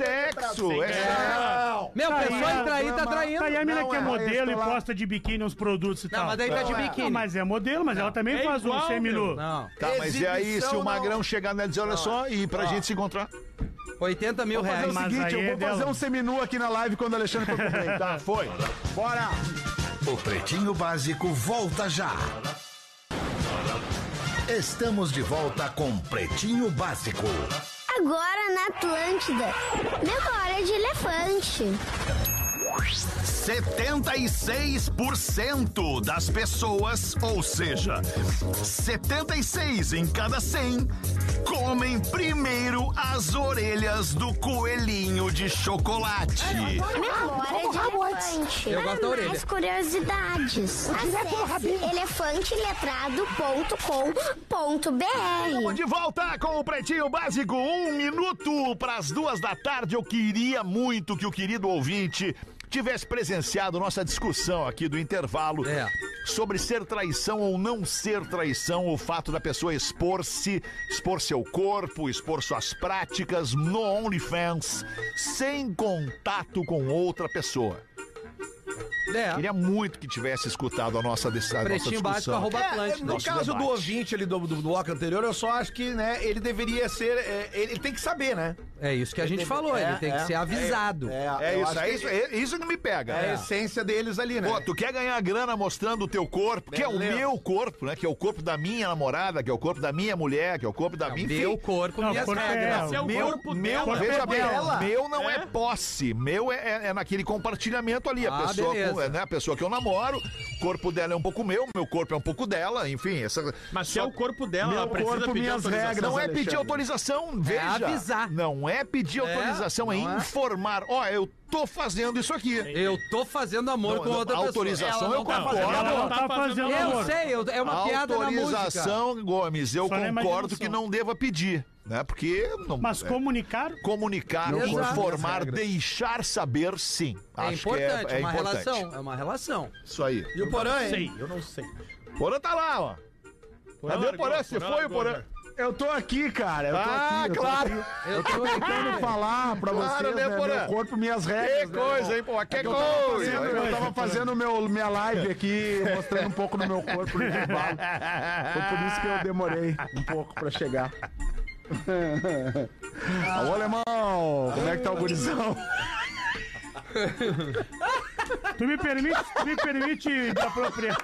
Speaker 13: traição.
Speaker 5: é sexo.
Speaker 13: Não.
Speaker 7: Meu,
Speaker 8: Tá
Speaker 7: pessoal
Speaker 8: aí,
Speaker 7: em trair tá
Speaker 10: mama.
Speaker 8: Tá aí
Speaker 7: traindo.
Speaker 8: a mina
Speaker 10: Não,
Speaker 8: que é
Speaker 10: é,
Speaker 8: modelo e
Speaker 10: estou lá.
Speaker 8: posta de biquíni uns produtos e
Speaker 7: Não,
Speaker 8: tal.
Speaker 7: mas daí tá de
Speaker 8: Não,
Speaker 7: biquíni.
Speaker 8: mas é modelo, mas ela também
Speaker 9: É
Speaker 8: faz um
Speaker 9: igual,
Speaker 8: seminu.
Speaker 9: meu.
Speaker 7: Não,
Speaker 5: Tá, mas e aí se
Speaker 13: Exibição,
Speaker 5: o
Speaker 13: não.
Speaker 5: Magrão chegar nela e dizer, olha só, e pra gente se encontrar?
Speaker 7: 80 mil
Speaker 10: Fazer
Speaker 7: reais.
Speaker 10: o
Speaker 8: Mas
Speaker 10: seguinte,
Speaker 8: aí é
Speaker 10: eu vou fazer
Speaker 8: dela.
Speaker 10: um seminu aqui na live quando o Alexandre for pro break, tá?
Speaker 5: Foi.
Speaker 10: Bora!
Speaker 4: O Pretinho Básico volta já. Estamos de volta com Pretinho Básico.
Speaker 14: Agora na Atlântida. Memória de elefante.
Speaker 4: 76% das pessoas, ou seja, 76 em cada 100, comem primeiro as orelhas do coelhinho de chocolate.
Speaker 14: Memória de elefante.
Speaker 7: Eu gosto da orelha.
Speaker 14: Mais curiosidades. Acesse elefanteletrado.com.br.
Speaker 5: De volta com o Pretinho Básico, um minuto para as duas da tarde. Eu queria muito que o querido ouvinte tivesse presenciado nossa discussão aqui do intervalo
Speaker 7: É.
Speaker 5: sobre ser traição ou não ser traição, o fato da pessoa expor-se, expor seu corpo, expor suas práticas no OnlyFans sem contato com outra pessoa.
Speaker 7: né?
Speaker 5: É. Queria muito que tivesse escutado a nossa, dessa, a nossa
Speaker 7: Pretinho básico,
Speaker 5: discussão.
Speaker 7: arroba
Speaker 13: É,
Speaker 7: Atlântida.
Speaker 6: É, no
Speaker 5: Nosso
Speaker 6: caso do
Speaker 5: debate.
Speaker 6: ouvinte ali do, do, do bloco anterior, eu só acho que, né, ele deveria ser. é, ele, ele tem que saber, né?
Speaker 7: É isso que a gente falou, ele tem que ser avisado.
Speaker 6: É,
Speaker 5: É
Speaker 6: eu
Speaker 5: isso,
Speaker 6: acho
Speaker 5: é
Speaker 6: que-
Speaker 5: isso, é isso que me pega.
Speaker 6: É a essência deles ali, né?
Speaker 5: Pô, tu quer ganhar grana mostrando o teu corpo, que é o
Speaker 6: Beleza.
Speaker 5: meu corpo, né? Que é o corpo da minha namorada, que é o corpo da minha mulher, que é o corpo da minha...
Speaker 7: meu corpo,
Speaker 8: Não,
Speaker 7: minhas
Speaker 8: corpo é
Speaker 7: regras.
Speaker 8: ela.
Speaker 9: É o
Speaker 5: Meu,
Speaker 9: corpo
Speaker 5: meu,
Speaker 9: dela.
Speaker 5: veja bem,
Speaker 6: dela.
Speaker 5: meu não é, posse, meu é, é- é naquele compartilhamento ali, a
Speaker 7: Ah,
Speaker 5: pessoa, com-
Speaker 7: beleza.
Speaker 5: né, a pessoa que eu namoro, o corpo dela é um pouco meu, meu corpo é um pouco dela, enfim, essa
Speaker 9: Mas se é o corpo dela,
Speaker 10: Meu
Speaker 9: ela precisa
Speaker 10: corpo,
Speaker 9: pedir
Speaker 10: minhas
Speaker 9: autorização.
Speaker 10: regras.
Speaker 5: Não é
Speaker 10: Alexandre.
Speaker 5: pedir autorização, veja.
Speaker 7: avisar.
Speaker 5: Não é pedir
Speaker 7: É,
Speaker 5: autorização, é,
Speaker 7: não é.
Speaker 5: informar. Ó, eu tô fazendo isso aqui.
Speaker 7: Eu tô fazendo amor
Speaker 5: Não,
Speaker 7: com
Speaker 5: não,
Speaker 7: outra pessoa.
Speaker 5: autorização
Speaker 7: Ela
Speaker 5: eu
Speaker 7: não tá
Speaker 5: concordo.
Speaker 7: fazendo
Speaker 8: Ela
Speaker 7: amor.
Speaker 8: não tá fazendo
Speaker 7: Eu
Speaker 8: amor.
Speaker 7: sei, eu- é uma piada na música.
Speaker 5: autorização, Gomes, eu
Speaker 8: Só na
Speaker 5: concordo
Speaker 8: imaginação.
Speaker 5: que não deva pedir, né? Porque não
Speaker 8: Mas
Speaker 5: é,
Speaker 8: comunicar
Speaker 5: comunicar,
Speaker 7: Exato.
Speaker 5: informar, deixar saber, sim.
Speaker 7: É
Speaker 5: Acho que
Speaker 7: importante, é,
Speaker 5: é,
Speaker 7: uma
Speaker 5: importante.
Speaker 7: relação, é uma relação.
Speaker 5: Isso aí.
Speaker 6: E o Porã, hein?
Speaker 9: Sei, eu não sei.
Speaker 5: Porã tá lá, ó.
Speaker 9: Porã
Speaker 5: Cadê o
Speaker 9: largou,
Speaker 5: Porã? Se
Speaker 9: Porã
Speaker 5: foi o
Speaker 9: largou,
Speaker 5: Porã.
Speaker 9: né?
Speaker 10: Eu tô aqui, cara. Eu tô
Speaker 5: Ah,
Speaker 10: aqui, eu tô
Speaker 5: claro.
Speaker 10: aqui.
Speaker 7: Eu tô
Speaker 10: tentando falar pra
Speaker 5: Claro,
Speaker 10: vocês,
Speaker 5: né,
Speaker 10: né,
Speaker 5: Porã?
Speaker 10: meu corpo, minhas regras.
Speaker 5: Que
Speaker 10: né,
Speaker 5: coisa,
Speaker 10: irmão?
Speaker 5: hein,
Speaker 6: É
Speaker 5: pô? Que
Speaker 10: Eu tava
Speaker 5: coisa.
Speaker 10: fazendo- Eu tava fazendo meu, minha live aqui, mostrando um pouco do meu corpo no intervalo. Foi por isso que eu demorei um pouco pra chegar. Alô, alemão! Como é que tá o gurizão?
Speaker 8: Tu me permite, tu me permite me apropriar.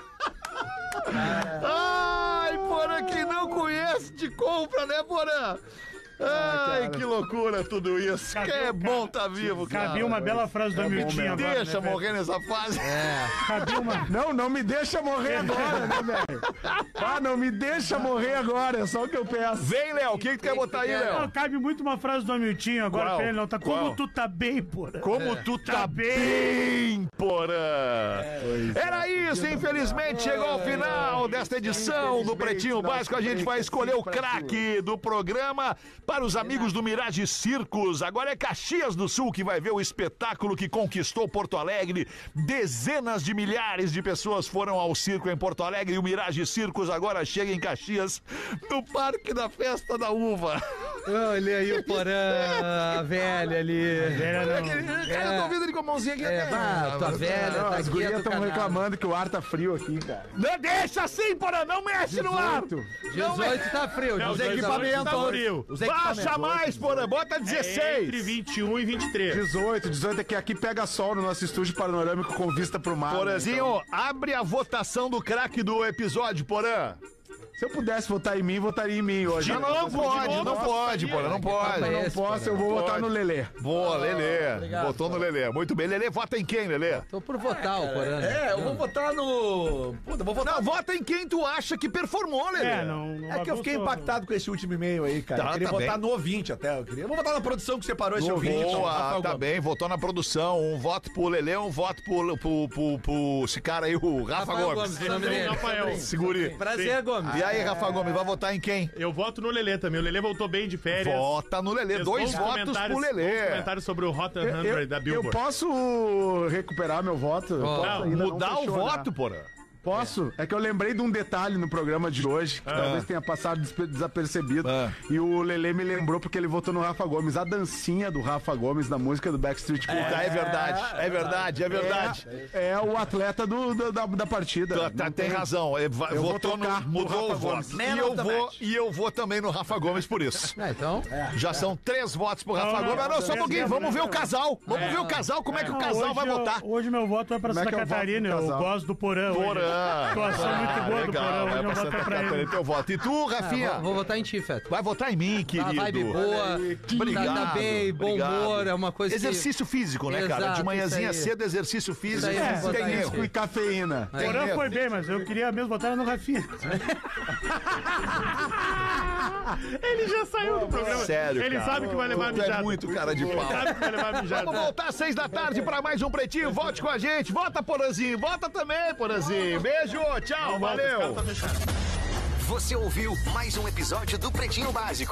Speaker 5: Ai, Porã, quem não conhece te compra, né, Porã? Ai, que loucura tudo isso.
Speaker 8: Cadê
Speaker 5: que é
Speaker 8: o
Speaker 5: bom
Speaker 8: cara?
Speaker 5: tá vivo, cara.
Speaker 8: Cabia uma bela frase do Hamilton agora.
Speaker 5: É um Deixa
Speaker 8: né, velho?
Speaker 5: morrer nessa fase.
Speaker 7: É.
Speaker 8: Cabia uma.
Speaker 10: Não, não me deixa morrer agora, né, velho? Ah, não me deixa morrer agora, é só o que eu peço.
Speaker 5: Vem, Léo, o que, que tu quer botar aí,
Speaker 8: Não,
Speaker 5: Léo?
Speaker 8: cabe muito uma frase do Hamilton agora
Speaker 5: Qual?
Speaker 8: pra ele, não. Tá
Speaker 5: Qual?
Speaker 8: como tu tá bem, porra.
Speaker 10: É.
Speaker 5: Como tu tá bem, Porã!
Speaker 10: é.
Speaker 5: Era isso, infelizmente chegou ao final desta edição do
Speaker 10: Infelizmente,
Speaker 5: Pretinho
Speaker 10: nosso
Speaker 5: Básico. A gente vai
Speaker 10: break
Speaker 5: escolher o
Speaker 10: assim pra
Speaker 5: craque do programa para os amigos do Mirage Circos. Agora é Caxias do Sul que vai ver o espetáculo que conquistou Porto Alegre. Dezenas de milhares de pessoas foram ao circo em Porto Alegre e o Mirage Circos agora chega em Caxias, no Parque da Festa da Uva.
Speaker 7: Olha aí o Porã, a velha ali.
Speaker 8: Era, não.
Speaker 5: Cara, tá eu tô ouvindo ele com a mãozinha aqui.
Speaker 7: É,
Speaker 5: né?
Speaker 7: bah, tua velha
Speaker 10: Não,
Speaker 7: tá
Speaker 10: as
Speaker 7: aqui,
Speaker 10: gurias
Speaker 7: a tua
Speaker 10: estão
Speaker 7: canada.
Speaker 10: reclamando que o ar tá frio aqui, cara.
Speaker 5: Não, deixa assim, porra, não mexe no ar!
Speaker 10: 18.
Speaker 7: 18 tá frio,
Speaker 9: Não,
Speaker 7: os
Speaker 9: os
Speaker 7: equipamentos.
Speaker 9: equipamentos tá frio.
Speaker 7: Os
Speaker 5: Baixa
Speaker 7: equipamentos.
Speaker 5: mais, porra, bota
Speaker 9: É entre
Speaker 5: 16!
Speaker 9: 21 e 23.
Speaker 10: 18, 18 é que aqui pega sol no nosso estúdio panorâmico com vista pro mar. né?
Speaker 9: então.
Speaker 5: Porãzinho, abre a votação do craque do episódio, Porã.
Speaker 10: Então, se eu pudesse votar em mim, votaria em mim hoje.
Speaker 5: Não, não pode, não
Speaker 10: Nossa,
Speaker 5: pode, Porã, não
Speaker 7: papo é
Speaker 5: pode.
Speaker 10: eu não
Speaker 7: Esse,
Speaker 10: posso, eu vou votar no Lelê.
Speaker 5: Boa, Lelê. Botou no Lelê. Muito bem. Lelê, vota em quem, Lelê?
Speaker 7: Tô por votar o Porã.
Speaker 6: É, eu vou votar no. Puta, eu vou votar.
Speaker 5: Não, vota em quem tu acha que performou, Lelê.
Speaker 8: É, não, não
Speaker 6: É que eu fiquei
Speaker 8: bagunçou.
Speaker 6: impactado com esse último e-mail aí, cara.
Speaker 5: Tá,
Speaker 6: eu queria
Speaker 5: tá
Speaker 6: votar
Speaker 5: bem.
Speaker 6: no ouvinte até. Eu queria. Eu vou votar na produção que separou esse ouvinte. então.
Speaker 5: Boa,
Speaker 6: Rafael
Speaker 5: tá
Speaker 6: Gomes.
Speaker 5: bem, votou na produção. Um voto pro Lelê, um voto pro, pro, pro, pro esse cara aí, o Rafa
Speaker 7: Rafael
Speaker 5: Gomes.
Speaker 7: Gomes, o nome dele.
Speaker 9: Rafael.
Speaker 5: Segure.
Speaker 7: Prazer, Gomes.
Speaker 5: E aí, Rafa Gomes, vai votar em quem?
Speaker 9: Eu voto no Lelê também. O Lelê voltou bem de férias.
Speaker 5: Vota no Lelê.
Speaker 9: Fez
Speaker 5: Dois
Speaker 9: bons
Speaker 5: votos
Speaker 9: comentários-
Speaker 5: pro
Speaker 9: bons
Speaker 5: Lelê.
Speaker 9: comentários sobre o Hot 100
Speaker 10: Eu, eu-
Speaker 9: da
Speaker 10: eu
Speaker 9: Billboard.
Speaker 10: posso recuperar meu voto? Eu posso
Speaker 9: não,
Speaker 10: ainda não
Speaker 5: Mudar o
Speaker 10: fechou, né?
Speaker 5: voto, porra.
Speaker 10: Posso? É. que eu lembrei de um detalhe no programa de hoje, que talvez tenha passado despe- desapercebido.
Speaker 5: Ah.
Speaker 10: E o Lelê me lembrou porque ele votou no Rafa Gomes. A dancinha do Rafa Gomes na música do Backstreet Boys.
Speaker 5: Puta, é verdade, é verdade, é verdade.
Speaker 10: É o atleta do- do- da, da partida.
Speaker 5: Tá- tá-
Speaker 10: Não
Speaker 5: tem razão, é, va-
Speaker 10: Eu vou
Speaker 5: votou no,
Speaker 10: tocar no
Speaker 5: mudou
Speaker 10: Rafa
Speaker 5: o voto.
Speaker 10: Gomes.
Speaker 5: E eu, vou, e eu vou também no Rafa Gomes por isso.
Speaker 7: Ah, então,
Speaker 5: Já são três votos pro Rafa
Speaker 8: Não, não,
Speaker 5: Gomes. Mas não,
Speaker 8: não,
Speaker 5: só um
Speaker 8: não,
Speaker 5: pouquinho,
Speaker 8: não,
Speaker 5: vamos
Speaker 8: não,
Speaker 5: ver o
Speaker 8: não. Ah,
Speaker 5: casal. Vamos ver o casal, como é que o casal
Speaker 8: Hoje
Speaker 5: vai
Speaker 8: eu-
Speaker 5: votar.
Speaker 8: Hoje meu voto vai pra
Speaker 10: Como é
Speaker 8: Santa
Speaker 10: que eu voto pro
Speaker 8: Catarina. Eu
Speaker 10: casal?
Speaker 8: gosto do Porã. hoje.
Speaker 5: Porã. Ah,
Speaker 8: Situação muito boa do Porã.
Speaker 5: legal,
Speaker 8: Hoje
Speaker 5: vai
Speaker 8: eu
Speaker 5: pra
Speaker 8: vou
Speaker 5: Santa
Speaker 8: votar pra
Speaker 5: Catarina Então,
Speaker 8: ele.
Speaker 5: teu voto. E tu, Rafinha?
Speaker 7: Ah, vou, Ah, vou votar em ti, Feto.
Speaker 5: Vai votar em mim,
Speaker 7: Uma vibe
Speaker 5: querido.
Speaker 7: boa,
Speaker 5: Obrigado,
Speaker 7: tá, tá bem, bom
Speaker 5: obrigado.
Speaker 7: humor, é uma coisa
Speaker 5: Exercício físico, né, cara? De
Speaker 7: Exato,
Speaker 5: manhãzinha
Speaker 7: isso aí.
Speaker 5: cedo, exercício físico.
Speaker 7: aí,
Speaker 5: É,
Speaker 7: vou
Speaker 5: tem
Speaker 7: botar
Speaker 5: erro.
Speaker 7: isso.
Speaker 10: E cafeína.
Speaker 7: Tem
Speaker 8: Porã
Speaker 5: medo.
Speaker 8: foi bem, mas eu queria mesmo votar no Rafinha.
Speaker 9: Ele já saiu do programa.
Speaker 5: Sério,
Speaker 9: Ele
Speaker 5: cara.
Speaker 9: sabe que vai levar
Speaker 5: Tu é
Speaker 9: mijada.
Speaker 5: muito cara de pau.
Speaker 9: Sabe que vai levar mijada.
Speaker 5: Vamos voltar às seis da tarde para mais um Pretinho. Volte com a gente. Vota, Poranzinho. Vota também, Poranzinho. Beijo, tchau,
Speaker 9: Volta, esse cara
Speaker 5: valeu.
Speaker 9: tá fechado.
Speaker 2: Você ouviu mais um episódio do Pretinho Básico.